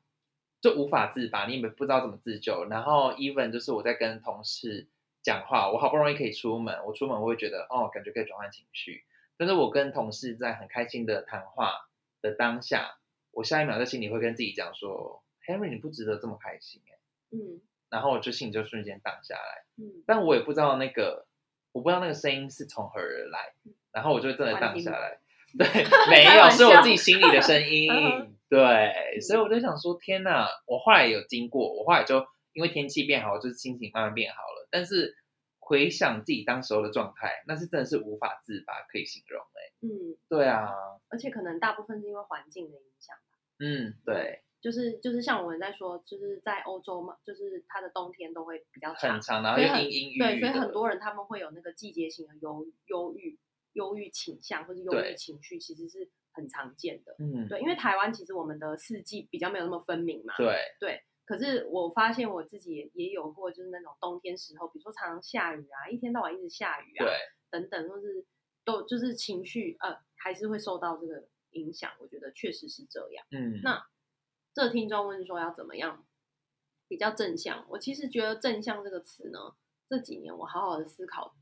Speaker 1: 就无法自拔，你也不知道怎么自救。然后 even 就是我在跟同事讲话，我好不容易可以出门，我出门我会觉得哦，感觉可以转换情绪，但是我跟同事在很开心的谈话的当下，我下一秒在心里会跟自己讲说，Henry 你不值得这么开心。欸
Speaker 2: 嗯
Speaker 1: 然后我就心里就瞬间荡下来，
Speaker 2: 嗯，
Speaker 1: 但我也不知道那个，我不知道那个声音是从何而来，然后我就真的荡下来。 对，没
Speaker 2: 开
Speaker 1: 有，
Speaker 2: 玩
Speaker 1: 是我
Speaker 2: 笑
Speaker 1: 自己心里的声
Speaker 2: 嗯
Speaker 1: 音。对，所以我就想说，天哪！我后来有经过，我后来就因为天气变好，就是心情慢慢变好了。但是回想自己当时候的状态，那是真的是无法自拔，可以形容哎、
Speaker 2: 嗯，
Speaker 1: 对啊，
Speaker 2: 而且可能大部分是因为环境的影响吧，
Speaker 1: 嗯，对，
Speaker 2: 就是就是像我们在说，就是在欧洲嘛，就是它的冬天都会比较长
Speaker 1: 很，长，然后
Speaker 2: 所以
Speaker 1: 又
Speaker 2: 很
Speaker 1: 阴阴郁郁
Speaker 2: 对，所以
Speaker 1: 的
Speaker 2: 很多人他们会有那个季节性的忧忧郁、忧郁倾向或者忧
Speaker 1: 对
Speaker 2: 郁情绪，其实是很常见的。
Speaker 1: 嗯，
Speaker 2: 对，因为台湾其实我们的四季比较没有那么分明嘛。
Speaker 1: 对，
Speaker 2: 可是我发现我自己也也有过，就是那种冬天时候，比如说常常下雨啊，一天到晚一直下雨啊，
Speaker 1: 对
Speaker 2: 等等，或是都就是情绪呃，还是会受到这个影响。我觉得确实是这样。
Speaker 1: 嗯，
Speaker 2: 那这听众问说要怎么样比较正向？我其实觉得“正向”这个词呢，这几年我好好的思考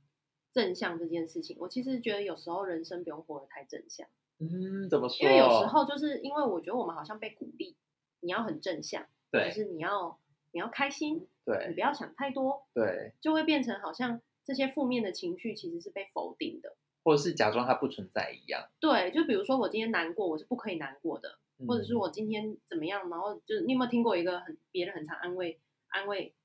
Speaker 2: 正向这件事情。我其实觉得有时候人生不用活得太正向，
Speaker 1: 嗯，怎么说？
Speaker 2: 因为有时候就是因为我觉得我们好像被鼓励，你要很正向，就
Speaker 1: 对
Speaker 2: 是你要你要开心，你
Speaker 1: 对
Speaker 2: 不要想太多，
Speaker 1: 对，
Speaker 2: 就会变成好像这些负面的情绪其实是被否定的。
Speaker 1: 或者是假装它不存在一样，
Speaker 2: 对，就比如说我今天难过，我是不可以难过的，或者
Speaker 1: 嗯
Speaker 2: 是我今天怎么样，然后就是你有没有听过一个很别人很常安慰安慰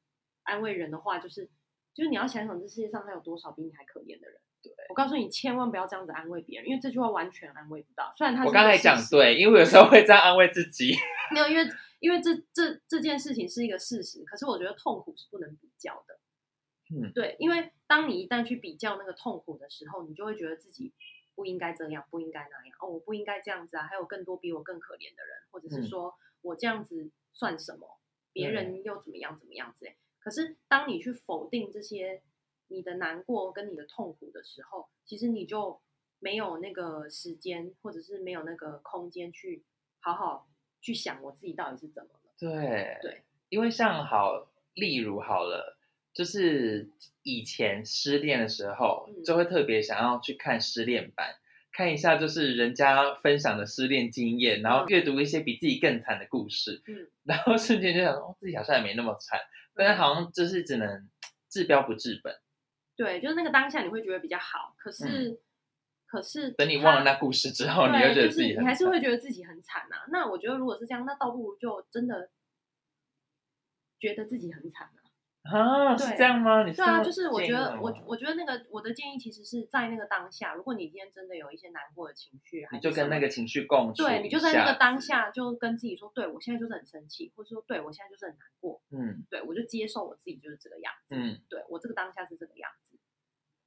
Speaker 2: 安慰人的话，就是就是你要想想这世界上还有多少比你还可怜的人。对，我告诉你，千万不要这样子安慰别人，因为这句话完全安慰不到。虽然他
Speaker 1: 我刚才讲
Speaker 2: 讲
Speaker 1: 对，因为我有时候会这样安慰自己，
Speaker 2: 没有，因为因为这这这件事情是一个事实，可是我觉得痛苦是不能比较的。
Speaker 1: 嗯
Speaker 2: 对，因为当你一旦去比较那个痛苦的时候，你就会觉得自己不应该这样，不应该那样，哦，我不应该这样子啊，还有更多比我更可怜的人，或者
Speaker 1: 嗯
Speaker 2: 是说我这样子算什么，别
Speaker 1: 嗯
Speaker 2: 人又怎么样怎么样之类。可是当你去否定这些你的难过跟你的痛苦的时候，其实你就没有那个时间，或者是没有那个空间去好好去想我自己到底是怎么了。
Speaker 1: 对
Speaker 2: 对，
Speaker 1: 因为像好，例如好了，就是以前失恋的时候，
Speaker 2: 嗯
Speaker 1: 就会特别想要去看失恋版，看一下就是人家分享的失恋经验，然后阅读一些比自己更惨的故事，
Speaker 2: 嗯，
Speaker 1: 然后瞬间就想，哦，自己好像也没那么惨，但是好像就是只能治标不治本，
Speaker 2: 对，就是那个当下你会觉得比较好，可是、可是
Speaker 1: 嗯等你
Speaker 2: 它
Speaker 1: 忘了那故事之后，你又
Speaker 2: 对，
Speaker 1: 觉得
Speaker 2: 就
Speaker 1: 自
Speaker 2: 是
Speaker 1: 己
Speaker 2: 你
Speaker 1: 很
Speaker 2: 还是
Speaker 1: 惨
Speaker 2: 会觉得自己很惨啊。那我觉得如果是这样，那倒不如就真的觉得自己很惨啊。
Speaker 1: 啊，是
Speaker 2: 对
Speaker 1: 这样吗？你
Speaker 2: 对啊，
Speaker 1: 这么
Speaker 2: 就是我
Speaker 1: 建
Speaker 2: 觉
Speaker 1: 议哦
Speaker 2: 得
Speaker 1: 的
Speaker 2: 我
Speaker 1: 吗
Speaker 2: 我觉得那个我的建议其实是在那个当下，如果你今天真的有一些难过的情绪，还
Speaker 1: 你
Speaker 2: 是
Speaker 1: 就
Speaker 2: 什
Speaker 1: 跟
Speaker 2: 么
Speaker 1: 那个情绪共处一下子，
Speaker 2: 对你就在那个当下就跟自己说，对我现在就是很生气，或者说对我现在就是很难过，
Speaker 1: 嗯，
Speaker 2: 对我就接受我自己就是这个样子，
Speaker 1: 嗯，
Speaker 2: 对我这个当下是这个样子，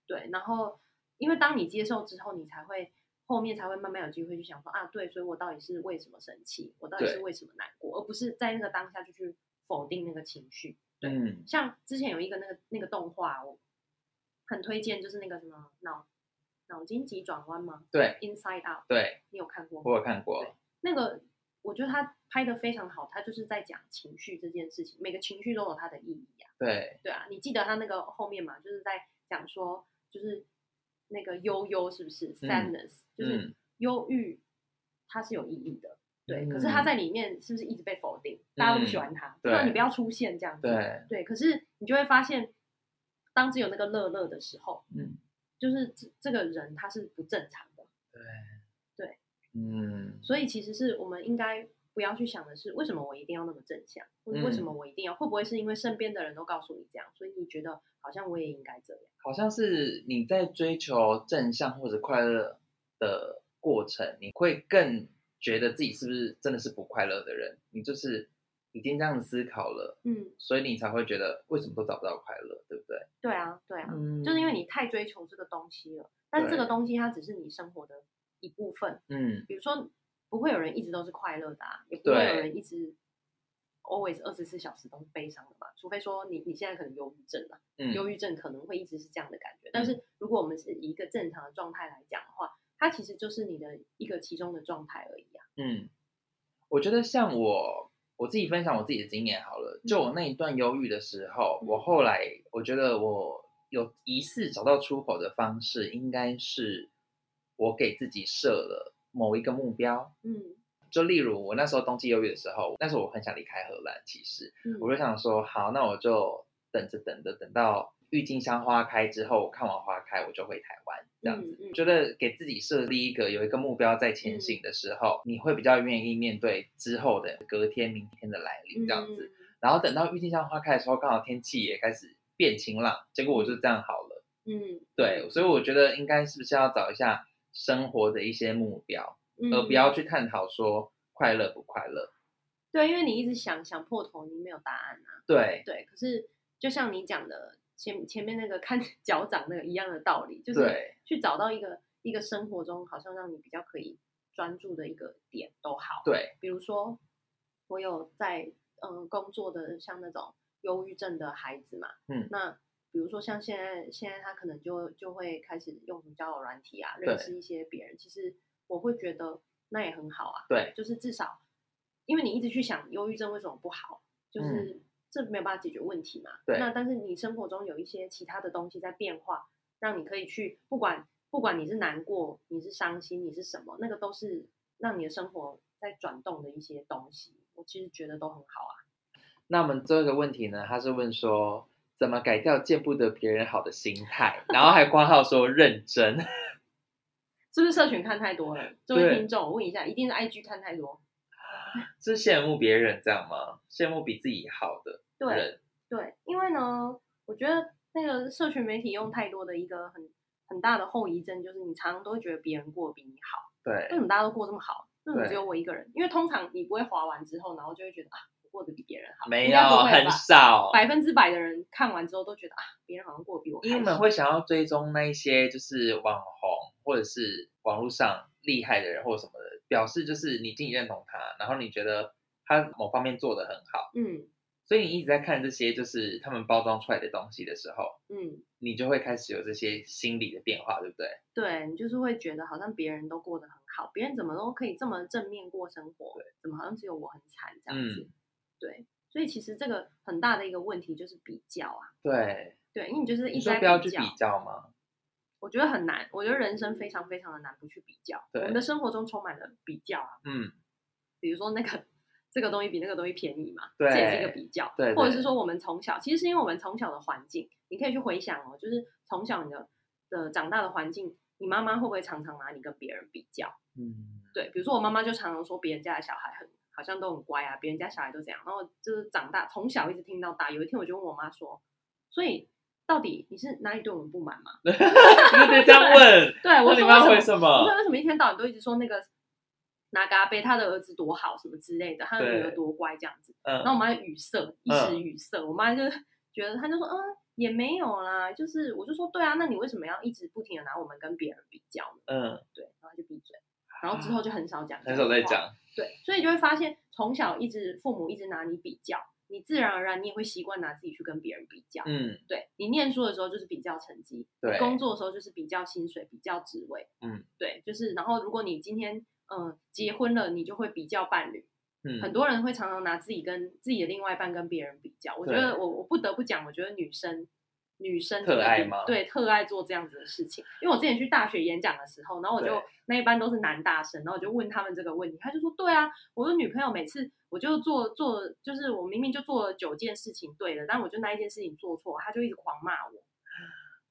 Speaker 2: 对，然后因为当你接受之后，你才会后面才会慢慢有机会去想说啊，对，所以我到底是为什么生气，我到底是
Speaker 1: 对
Speaker 2: 为什么难过，而不是在那个当下就去否定那个情绪，对
Speaker 1: 嗯，
Speaker 2: 像之前有一个那个那个动画，我很推荐，就是那个什么脑脑筋急转弯吗
Speaker 1: 对
Speaker 2: ？Inside Out，
Speaker 1: 对，
Speaker 2: 你有看过吗？
Speaker 1: 我有看过。
Speaker 2: 那个我觉得他拍的非常好，他就是在讲情绪这件事情，每个情绪都有它的意义啊。
Speaker 1: 对，
Speaker 2: 对啊，你记得他那个后面嘛，就是在讲说，就是那个悠悠是不是 sadness，、就是
Speaker 1: 嗯
Speaker 2: 忧郁，它是有意义的。对，可是
Speaker 1: 嗯
Speaker 2: 他在里面是不是一直被否定？大家都不喜欢他，
Speaker 1: 对
Speaker 2: 不然你不要出现这样子。
Speaker 1: 对，
Speaker 2: 对，可是你就会发现，当只有那个乐乐的时候，
Speaker 1: 嗯，
Speaker 2: 就是这这个人他是不正常的。
Speaker 1: 对，
Speaker 2: 对，
Speaker 1: 嗯，
Speaker 2: 所以其实是我们应该不要去想的是，为什么我一定要那么正向，或者
Speaker 1: 嗯
Speaker 2: 为什么我一定要，会不会是因为身边的人都告诉你这样，所以你觉得好像我也应该这样？
Speaker 1: 好像是你在追求正向或者快乐的过程，你会更觉得自己是不是真的是不快乐的人？你就是已经这样思考了，
Speaker 2: 嗯，
Speaker 1: 所以你才会觉得为什么都找不到快乐，对不对？
Speaker 2: 对啊，对啊，
Speaker 1: 嗯
Speaker 2: 就是因为你太追求这个东西了，但这个
Speaker 1: 对
Speaker 2: 东西它只是你生活的一部分，
Speaker 1: 嗯，
Speaker 2: 比如说不会有人一直都是快乐的啊，也不会有
Speaker 1: 对
Speaker 2: 人一直 always 二十四小时都是悲伤的嘛，除非说你你现在可能忧郁症啊，
Speaker 1: 嗯
Speaker 2: 忧郁症可能会一直是这样的感觉，但是如果我们是以一个正常的状态来讲的话，它其实就是你的一个其中的状态而已啊。
Speaker 1: 嗯，我觉得像我我自己分享我自己的经验好了，就我那一段忧郁的时候，
Speaker 2: 嗯
Speaker 1: 我后来我觉得我有疑似找到出口的方式，应该是我给自己设了某一个目标。
Speaker 2: 嗯，
Speaker 1: 就例如我那时候冬季忧郁的时候，那时候我很想离开荷兰，其实
Speaker 2: 嗯
Speaker 1: 我就想说，好，那我就等着等着，等到郁金香花开之后，我看完花开，我就回台湾这样子。
Speaker 2: 嗯
Speaker 1: 我
Speaker 2: 嗯
Speaker 1: 觉得给自己设立一个有一个目标在前行的时候，
Speaker 2: 嗯
Speaker 1: 你会比较愿意面对之后的隔天、明天的来临这样
Speaker 2: 嗯
Speaker 1: 子。，然后等到郁金香花开的时候，刚好天气也开始变晴朗，结果我就这样好了。
Speaker 2: 嗯，嗯
Speaker 1: 对，，所以我觉得应该是不是要找一下生活的一些目标，
Speaker 2: 嗯
Speaker 1: 而不要去探讨说快乐不快乐。
Speaker 2: 对，因为你一直想想破头，你没有答案啊。
Speaker 1: 对，
Speaker 2: 对，可是就像你讲的前前面那个看脚掌那个一样的道理，就是
Speaker 1: 对，
Speaker 2: 去找到一个一个生活中好像让你比较可以专注的一个点都好。
Speaker 1: 对，
Speaker 2: 比如说我有在嗯、呃工作的像那种忧郁症的孩子嘛，
Speaker 1: 嗯
Speaker 2: 那比如说像现在现在他可能就就会开始用什么交友软体啊，
Speaker 1: 对
Speaker 2: 认识一些别人，其实我会觉得那也很好啊，
Speaker 1: 对，
Speaker 2: 就是至少因为你一直去想忧郁症为什么不好，就是。这没有办法解决问题嘛？
Speaker 1: 嗯对
Speaker 2: 那但是你生活中有一些其他的东西在变化，让你可以去不管不管你是难过，你是伤心，你是什么，那个都是让你的生活在转动的一些东西。我其实觉得都很好啊。
Speaker 1: 那我们最后一个问题呢，他是问说怎么改掉见不得别人好的心态，然后还括号说认真。
Speaker 2: 是不是社群看太多了？这位
Speaker 1: 对
Speaker 2: 听众，我问一下，一定是 IG 看太多？
Speaker 1: 是羡慕别人这样吗？羡慕比自己好的
Speaker 2: 对
Speaker 1: 人，
Speaker 2: 对，因为呢，我觉得那个社群媒体用太多的一个很很大的后遗症，就是你常常都会觉得别人过得比你好。为
Speaker 1: 对
Speaker 2: 什么大家都过这么好？为什么
Speaker 1: 对
Speaker 2: 只有我一个人？因为通常你不会滑完之后，然后就会觉得啊，我过得比别人好。
Speaker 1: 没
Speaker 2: 应
Speaker 1: 有
Speaker 2: 该不会
Speaker 1: 很
Speaker 2: 吧
Speaker 1: 少，
Speaker 2: 百分之百的人看完之后都觉得啊，别人好像过得比我开
Speaker 1: 因为
Speaker 2: 心。
Speaker 1: 你们会想要追踪那一些就是网红或者是网络上厉害的人或者什么的，表示就是你自己认同他，然后你觉得他某方面做得很好，
Speaker 2: 嗯
Speaker 1: 所以你一直在看这些就是他们包装出来的东西的时候，
Speaker 2: 嗯，
Speaker 1: 你就会开始有这些心理的变化，对不对？
Speaker 2: 对你就是会觉得好像别人都过得很好，别人怎么都可以这么正面过生活，怎么好像只有我很惨
Speaker 1: 嗯
Speaker 2: 这样子？对，所以其实这个很大的一个问题就是比较啊，
Speaker 1: 对，
Speaker 2: 对，因为你就是一
Speaker 1: 你
Speaker 2: 直
Speaker 1: 说
Speaker 2: 在
Speaker 1: 不要去
Speaker 2: 比较
Speaker 1: 比较吗？
Speaker 2: 我觉得很难，我觉得人生非常非常的难不去比较，我
Speaker 1: 对
Speaker 2: 们的生活中充满了比较啊，
Speaker 1: 嗯，
Speaker 2: 比如说那个这个东西比那个东西便宜嘛，
Speaker 1: 对
Speaker 2: 这也是一个比较，
Speaker 1: 对对
Speaker 2: 或者是说我们从小，其实是因为我们从小的环境，你可以去回想哦，就是从小你的的长大的环境，你妈妈会不会常常拿你跟别人比较？
Speaker 1: 嗯，
Speaker 2: 对，比如说我妈妈就常常说别人家的小孩很好像都很乖啊，别人家小孩都这样，然后就是长大从小一直听到大，有一天我就问我妈说，所以到底你是哪里对我们不满吗？
Speaker 1: 你就得这样问，
Speaker 2: 对
Speaker 1: 那
Speaker 2: 我
Speaker 1: 你
Speaker 2: 说
Speaker 1: 妈嗯
Speaker 2: 为
Speaker 1: 回
Speaker 2: 什么？
Speaker 1: 什
Speaker 2: 我
Speaker 1: 么
Speaker 2: 说？为什么一天到晚都一直说那个拿嘎贝他的儿子多好什么之类的，他的女儿
Speaker 1: 对
Speaker 2: 多乖这样子。然后
Speaker 1: 嗯，
Speaker 2: 我妈就语塞，一时语塞。我妈就觉得，她就说，嗯，也没有啦，就是我就说，对啊，那你为什么要一直不停的拿我们跟别人比较呢？
Speaker 1: 嗯，
Speaker 2: 对，然后她就闭嘴，然后之后就很少讲，
Speaker 1: 很少在
Speaker 2: 这样的话。
Speaker 1: 讲，
Speaker 2: 对，所以就会发现，从小一直父母一直拿你比较，你自然而然你也会习惯拿自己去跟别人比较。
Speaker 1: 嗯，
Speaker 2: 对你念书的时候就是比较成绩，
Speaker 1: 对
Speaker 2: 工作的时候就是比较薪水、比较职位，
Speaker 1: 嗯，
Speaker 2: 对，就是然后如果你今天嗯、呃结婚了，你就会比较伴侣，很
Speaker 1: 嗯，
Speaker 2: 多人会常常拿自己跟自己的另外一半跟别人比较。我觉
Speaker 1: 对
Speaker 2: 得我我不得不讲，我觉得女生女生
Speaker 1: 特
Speaker 2: 真的
Speaker 1: 爱
Speaker 2: 比
Speaker 1: 吗
Speaker 2: 对，特爱做这样子的事情。因为我之前去大学演讲的时候，然后我就
Speaker 1: 对
Speaker 2: 那一般都是男大生，然后我就问他们这个问题，他就说：“对啊，我的女朋友每次我就做做，就是我明明就做了九件事情对的，但我就那一件事情做错，他就一直狂骂我。”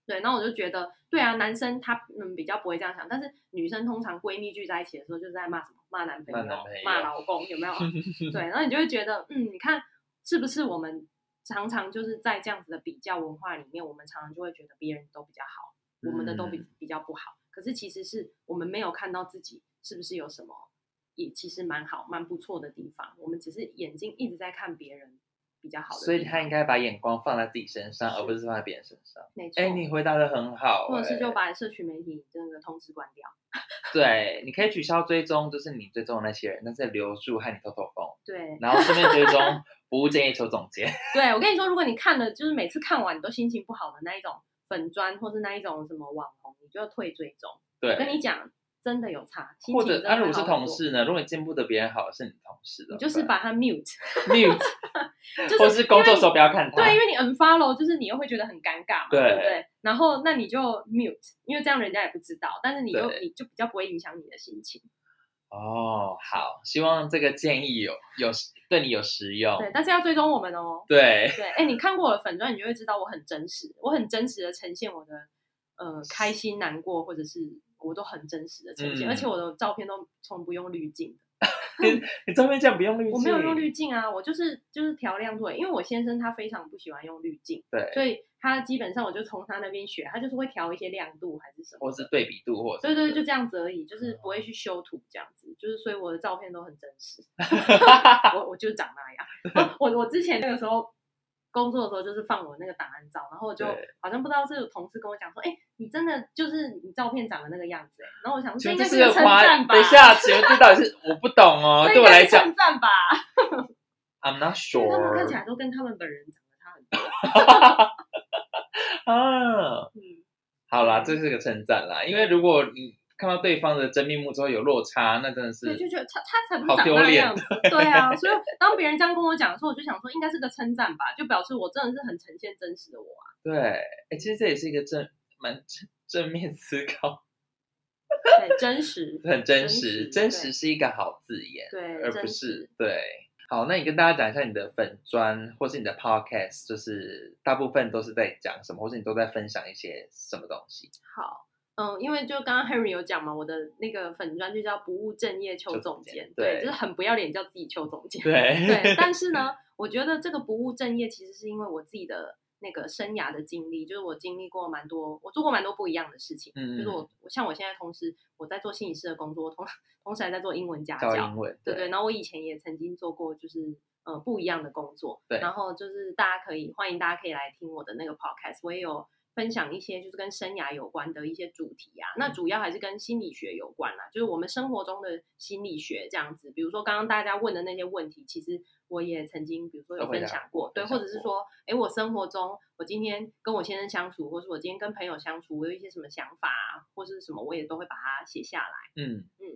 Speaker 2: 对，然后我就觉得，对啊，男生他嗯比较不会这样想，但是女生通常闺蜜聚在一起的时候，就是在骂什么骂男朋
Speaker 1: 骂
Speaker 2: 友、
Speaker 1: 男朋友
Speaker 2: 骂老公，有没有？对，然后你就会觉得，嗯，你看是不是我们常常就是在这样子的比较文化里面，我们常常就会觉得别人都比较好，我们的都比
Speaker 1: 嗯
Speaker 2: 比较不好。可是其实是我们没有看到自己是不是有什么也其实蛮好、蛮不错的地方，我们只是眼睛一直在看别人比较好的地方，
Speaker 1: 所以他应该把眼光放在自己身上，
Speaker 2: 是
Speaker 1: 而不是放在别人身上。
Speaker 2: 没错，
Speaker 1: 哎，你回答的很好、
Speaker 2: 或者是
Speaker 1: 哎
Speaker 2: 就把社群媒体这个通知关掉，
Speaker 1: 对，你可以取消追踪，就是你追踪的那些人，但是留住和你透 透风，
Speaker 2: 对。
Speaker 1: 然后顺便追踪服务建议邱总监。
Speaker 2: 对，我跟你说，如果你看了，就是每次看完你都心情不好的那一种粉砖，或是那一种什么网红，你就退追踪。 我跟
Speaker 1: 对，
Speaker 2: 你讲，真的有差。心
Speaker 1: 或
Speaker 2: 情
Speaker 1: 者
Speaker 2: 真的
Speaker 1: 啊，如果
Speaker 2: 会
Speaker 1: 是
Speaker 2: 好很
Speaker 1: 同
Speaker 2: 多，
Speaker 1: 事呢？如果你见不得别人好，是你同事的，
Speaker 2: 你就是把它 mute，
Speaker 1: mute，
Speaker 2: 就是
Speaker 1: 或是工作
Speaker 2: 因为
Speaker 1: 的时候不要看
Speaker 2: 你
Speaker 1: 他。
Speaker 2: 对，因为 你 unfollow，就是你又会觉得很尴尬嘛，
Speaker 1: 对
Speaker 2: 对不对？然后那你就 mute，因为这样人家也不知道，但是你就
Speaker 1: 对
Speaker 2: 你就比较不会影响你的心情。
Speaker 1: 哦，好，希望这个建议有有对你有实用。
Speaker 2: 对，但是要追踪我们哦。
Speaker 1: 对，
Speaker 2: 对，哎，你看过我的粉砖，你就会知道我很真实，我很真实的呈现我的呃开心、难过，或者是我都很真实的呈
Speaker 1: 嗯
Speaker 2: 现，而且我的照片都从不用滤镜的。
Speaker 1: 你照片这样不用滤镜，
Speaker 2: 我没有用滤镜啊，我就是就是调亮度，因为我先生他非常不喜欢用滤镜，
Speaker 1: 对
Speaker 2: 所以他基本上我就从他那边学，他就是会调一些亮度还是什么
Speaker 1: 或
Speaker 2: 的，
Speaker 1: 哦是对比度，或者哦
Speaker 2: 对
Speaker 1: 什
Speaker 2: 对，
Speaker 1: 么
Speaker 2: 就
Speaker 1: 的
Speaker 2: 这样子而已，就是不会去修图这样子。就是所以我的照片都很真 实，我我就是长那样。我我之前那个时候工作的时候，就是放我那个档案照，然后我就
Speaker 1: 对
Speaker 2: 好像不知道是有同事跟我讲说，哎、你真的就是你照片长得那个样子、哎，然后我想说
Speaker 1: 请问
Speaker 2: 这应该
Speaker 1: 这
Speaker 2: 是
Speaker 1: 是
Speaker 2: 个
Speaker 1: 个
Speaker 2: 称
Speaker 1: 夸？
Speaker 2: 赞吧？
Speaker 1: 等一下，请问这到底是我不懂哦？
Speaker 2: 这
Speaker 1: 对
Speaker 2: 应
Speaker 1: 我
Speaker 2: 该
Speaker 1: 来
Speaker 2: 是
Speaker 1: 讲
Speaker 2: 称赞吧？
Speaker 1: ，I'm not
Speaker 2: 因为他们看起
Speaker 1: sure
Speaker 2: 来都跟他们本人长得差很多。
Speaker 1: 啊。
Speaker 2: 嗯，
Speaker 1: 好啦，这是个称赞啦，因为如果你看到对方的真面目之后有落差，那真的
Speaker 2: 对，
Speaker 1: 是
Speaker 2: 就觉得他他才不
Speaker 1: 好
Speaker 2: 是长
Speaker 1: 丢
Speaker 2: 那
Speaker 1: 脸
Speaker 2: 样子，对 啊。所以当别人这样跟我讲的时候，我就想说，应该是个称赞吧，就表示我真的是很呈现真实的我啊。
Speaker 1: 对。哎，其实这也是一个正蛮正正面思考，
Speaker 2: 对，真实，
Speaker 1: 很真实，真
Speaker 2: 真
Speaker 1: 实
Speaker 2: 实
Speaker 1: 是一个好字眼。
Speaker 2: 对，
Speaker 1: 而
Speaker 2: 真
Speaker 1: 不
Speaker 2: 实
Speaker 1: 是对。好，那你跟大家讲一下你的粉砖或是你的 podcast，就是大部分都是在讲什么，或是你都在分享一些什么东西？
Speaker 2: 好。嗯，因为就刚刚 Henry 有讲嘛，我的那个粉砖就叫不务正业邱
Speaker 1: 邱
Speaker 2: 总
Speaker 1: 总
Speaker 2: 监
Speaker 1: 监，对
Speaker 2: 就是很不要脸叫自己邱总监，对
Speaker 1: 对，
Speaker 2: 但是呢，我觉得这个不务正业，其实是因为我自己的那个生涯的经历，就是我经历过蛮多，我做过蛮多不一样的事情。
Speaker 1: 嗯
Speaker 2: 就是我，我像我现在同时我在做心理师的工作，我同同时还在做英文家
Speaker 1: 教
Speaker 2: 教，
Speaker 1: 英文，
Speaker 2: 对对。然后我以前也曾经做过，就是呃不一样的工作。
Speaker 1: 对
Speaker 2: 然后就是大家可以欢迎大家可以来听我的那个 podcast，我也有。分享一些就是跟生涯有关的一些主题啊，
Speaker 1: 嗯
Speaker 2: 那主要还是跟心理学有关啦，就是我们生活中的心理学这样子。比如说刚刚大家问的那些问题，其实我也曾经，比如说有
Speaker 1: 都回
Speaker 2: 分
Speaker 1: 答
Speaker 2: 享过，对，
Speaker 1: 分享
Speaker 2: 或者是
Speaker 1: 过
Speaker 2: 说，哎，我生活中我今天跟我先生相处，或是我今天跟朋友相处，我有一些什么想法啊，或是什么，我也都会把它写下来。
Speaker 1: 嗯
Speaker 2: 嗯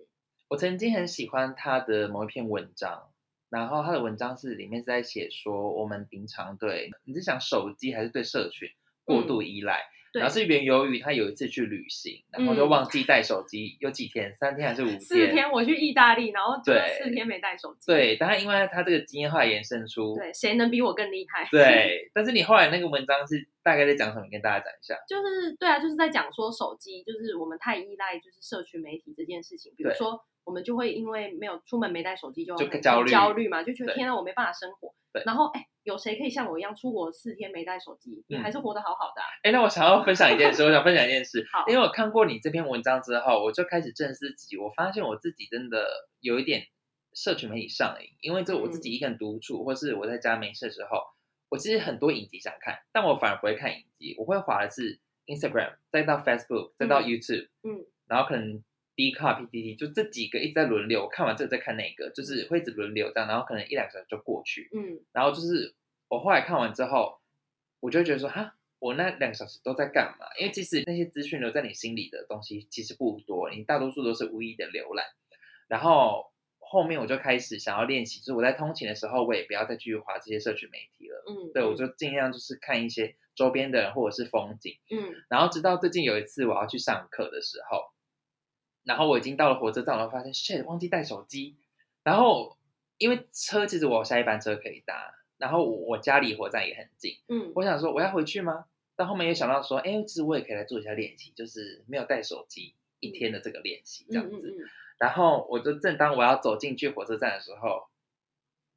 Speaker 1: 我曾经很喜欢他的某一篇文章，然后他的文章是里面是在写说我们平常对你是想手机还是对社群过度依赖，
Speaker 2: 嗯对
Speaker 1: 然，后是源由于他有一次去旅行，然后就
Speaker 2: 嗯
Speaker 1: 忘记带手机，有几天，三天还是五天？
Speaker 2: 四天我去意大利，然后就
Speaker 1: 对
Speaker 2: 四天没带手机。
Speaker 1: 对，但他因为他这个经验后来延伸出，
Speaker 2: 对，谁能比我更厉害？，
Speaker 1: 对，但是你后来那个文章是大概在讲什么？你跟大家讲一下。
Speaker 2: 就是对啊，就是在讲说手机，就是我们太依赖就是社群媒体这件事情，比如
Speaker 1: 对
Speaker 2: 说我们就会因为没有出门没带手机就
Speaker 1: 就
Speaker 2: 很
Speaker 1: 焦
Speaker 2: 很
Speaker 1: 虑
Speaker 2: 焦虑嘛，就觉得
Speaker 1: 对
Speaker 2: 天啊我没办法生活
Speaker 1: 对。
Speaker 2: 然后哎，有谁可以像我一样出国四天没带手机，你
Speaker 1: 嗯
Speaker 2: 还是活得好好的啊？
Speaker 1: 哎，那我想要分享一件事，我想分享一件事
Speaker 2: 好，
Speaker 1: 因为我看过你这篇文章之后，我就开始正视自己，我发现我自己真的有一点社群媒体上瘾，因为就
Speaker 2: 嗯
Speaker 1: 我自己一个人独处，或是我在家没事的时候，我其实很多影集想看，但我反而不会看影集，我会划的是 Instagram，再到 Facebook，再到
Speaker 2: 嗯
Speaker 1: YouTube，
Speaker 2: 嗯，
Speaker 1: 然后可能 D 卡 PPT 就这几个一直在轮流，我看完这个再看那个，就是会一直轮流这样，然后可能一两个小时就过去，
Speaker 2: 嗯，
Speaker 1: 然后就是我后来看完之后，我就会觉得说，哈，我那两个小时都在干嘛？因为其实那些资讯留在你心里的东西其实不多，你大多数都是无意的浏览。然后后面我就开始想要练习，就是我在通勤的时候，我也不要再去划这些社群媒体了。
Speaker 2: 嗯，
Speaker 1: 对，我
Speaker 2: 嗯
Speaker 1: 就尽量就是看一些周边的人或者是风景。
Speaker 2: 嗯
Speaker 1: 然后直到最近有一次我要去上课的时候，然后我已经到了火车站，我发现 shit 忘记带手机，然后因为车其实我有下一班车可以搭，然后我我家离火车站也很近，
Speaker 2: 嗯
Speaker 1: 我想说我要回去吗？但后面又想到说，哎，其实我也可以来做一下练习，就是没有带手机一天的这个练习这样子。
Speaker 2: 嗯嗯嗯嗯
Speaker 1: 然后我就正当我要走进去火车站的时候，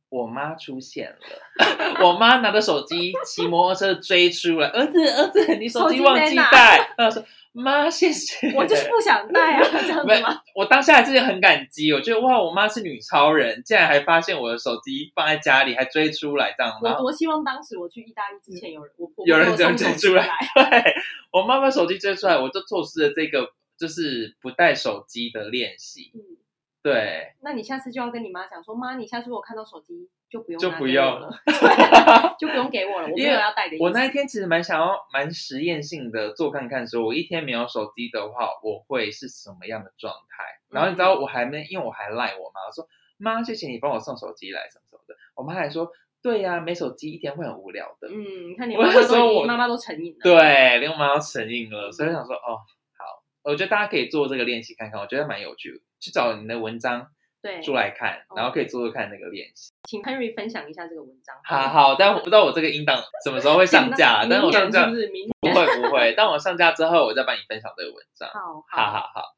Speaker 1: 我妈出现了。我妈拿着手机骑摩托车追出来，儿子，儿子，你手
Speaker 2: 手
Speaker 1: 机
Speaker 2: 机
Speaker 1: 忘
Speaker 2: 没
Speaker 1: 记
Speaker 2: 拿
Speaker 1: 带。然后我说妈，谢谢。
Speaker 2: 嗯我就是不想带啊，这样
Speaker 1: 没
Speaker 2: 子吗？
Speaker 1: 我当下还是很感激，我觉得哇，我妈是女超人，竟然还发现我的手机放在家里，还追出来这样。
Speaker 2: 我
Speaker 1: 然后
Speaker 2: 多希望当时我去意大利之前有人，我我
Speaker 1: 啊有人
Speaker 2: 我送
Speaker 1: 这样
Speaker 2: 手
Speaker 1: 追
Speaker 2: 机
Speaker 1: 出来
Speaker 2: 来，
Speaker 1: 对我妈把手机追出来，我就错失了这个就是不带手机的练习。
Speaker 2: 嗯，
Speaker 1: 对，
Speaker 2: 那你下次就要跟你妈讲说，妈，你下次如果看到手机就不用
Speaker 1: 就
Speaker 2: 拿
Speaker 1: 不
Speaker 2: 给我
Speaker 1: 用
Speaker 2: 了，对就不用给我了，我没
Speaker 1: 因
Speaker 2: 有
Speaker 1: 为
Speaker 2: 要带的意思。
Speaker 1: 我那一天其实蛮想要蛮实验性的做看看说我一天没有手机的话，我会是什么样的状态。然后你知
Speaker 2: 嗯
Speaker 1: 道我还没，因为我还赖我妈，我说妈，谢谢你帮我送手机来什么什么的。我妈还说，对呀、没手机一天会很无聊的。
Speaker 2: 嗯，你看你
Speaker 1: 我
Speaker 2: 妈妈
Speaker 1: 那时候
Speaker 2: 都已
Speaker 1: 我
Speaker 2: 经妈妈都成瘾了，，嗯
Speaker 1: 对，连我妈都成瘾了，所以我想说哦，好，我觉得大家可以做这个练习看看，我觉得蛮有趣的。去找你的文章
Speaker 2: 对，
Speaker 1: 出来看，
Speaker 2: 哦
Speaker 1: 然后可以做做看那个练习。
Speaker 2: 请 Henry 分享一下这个文章。
Speaker 1: 好好，但我不知道我这个音档什么时候会 上架啦，但是我上
Speaker 2: 明年
Speaker 1: 架
Speaker 2: 是不是明
Speaker 1: 不会不会，但我上架之后，我再帮你分享这个文章。
Speaker 2: 好
Speaker 1: 好好好，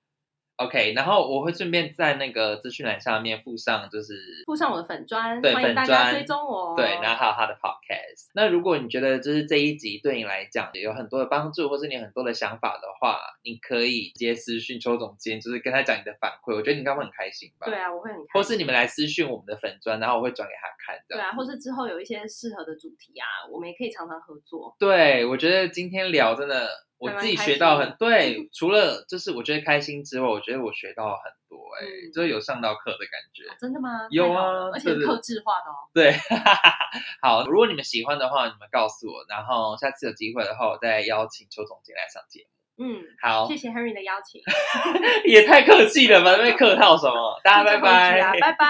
Speaker 1: OK，然后我会顺便在那个资讯栏下面附上，就是
Speaker 2: 附上我的粉砖，
Speaker 1: 对
Speaker 2: 欢迎大
Speaker 1: 粉
Speaker 2: 家
Speaker 1: 专
Speaker 2: 追踪我。哦
Speaker 1: 对，然后还有他的 podcast。那如果你觉得就是这一集对你来讲有很多的帮助，或是你有很多的想法的话，你可以直接私讯邱总监，就是跟他讲你的反馈。我觉得你应该会很开心吧？
Speaker 2: 对。啊，我会很开心。
Speaker 1: 或是你们来私讯我们的粉砖，然后我会转给他看
Speaker 2: 对
Speaker 1: 的。
Speaker 2: 啊，或是之后有一些适合的主题啊，我们也可以常常合作。
Speaker 1: 对，我觉得今天聊真的，我
Speaker 2: 还蛮
Speaker 1: 自己
Speaker 2: 开
Speaker 1: 学
Speaker 2: 心
Speaker 1: 到
Speaker 2: 的
Speaker 1: 很对。除了就是我觉得开心之外，我觉得我学到很多、欸，哎、
Speaker 2: 嗯
Speaker 1: 就是有上到课的感觉。
Speaker 2: 啊真的吗？
Speaker 1: 有啊
Speaker 2: 太好了而且
Speaker 1: 对对
Speaker 2: 是克制化的哦。
Speaker 1: 对， 好，如果你们喜欢的话，你们告诉我，然后下次有机会的话，我再邀请邱总监来上节目。
Speaker 2: 嗯，
Speaker 1: 好
Speaker 2: 谢，谢 Henry 的邀请，
Speaker 1: 也太客气了吧，那边客套什么？大家拜
Speaker 2: 最后一句
Speaker 1: 拜
Speaker 2: 啊，。拜拜。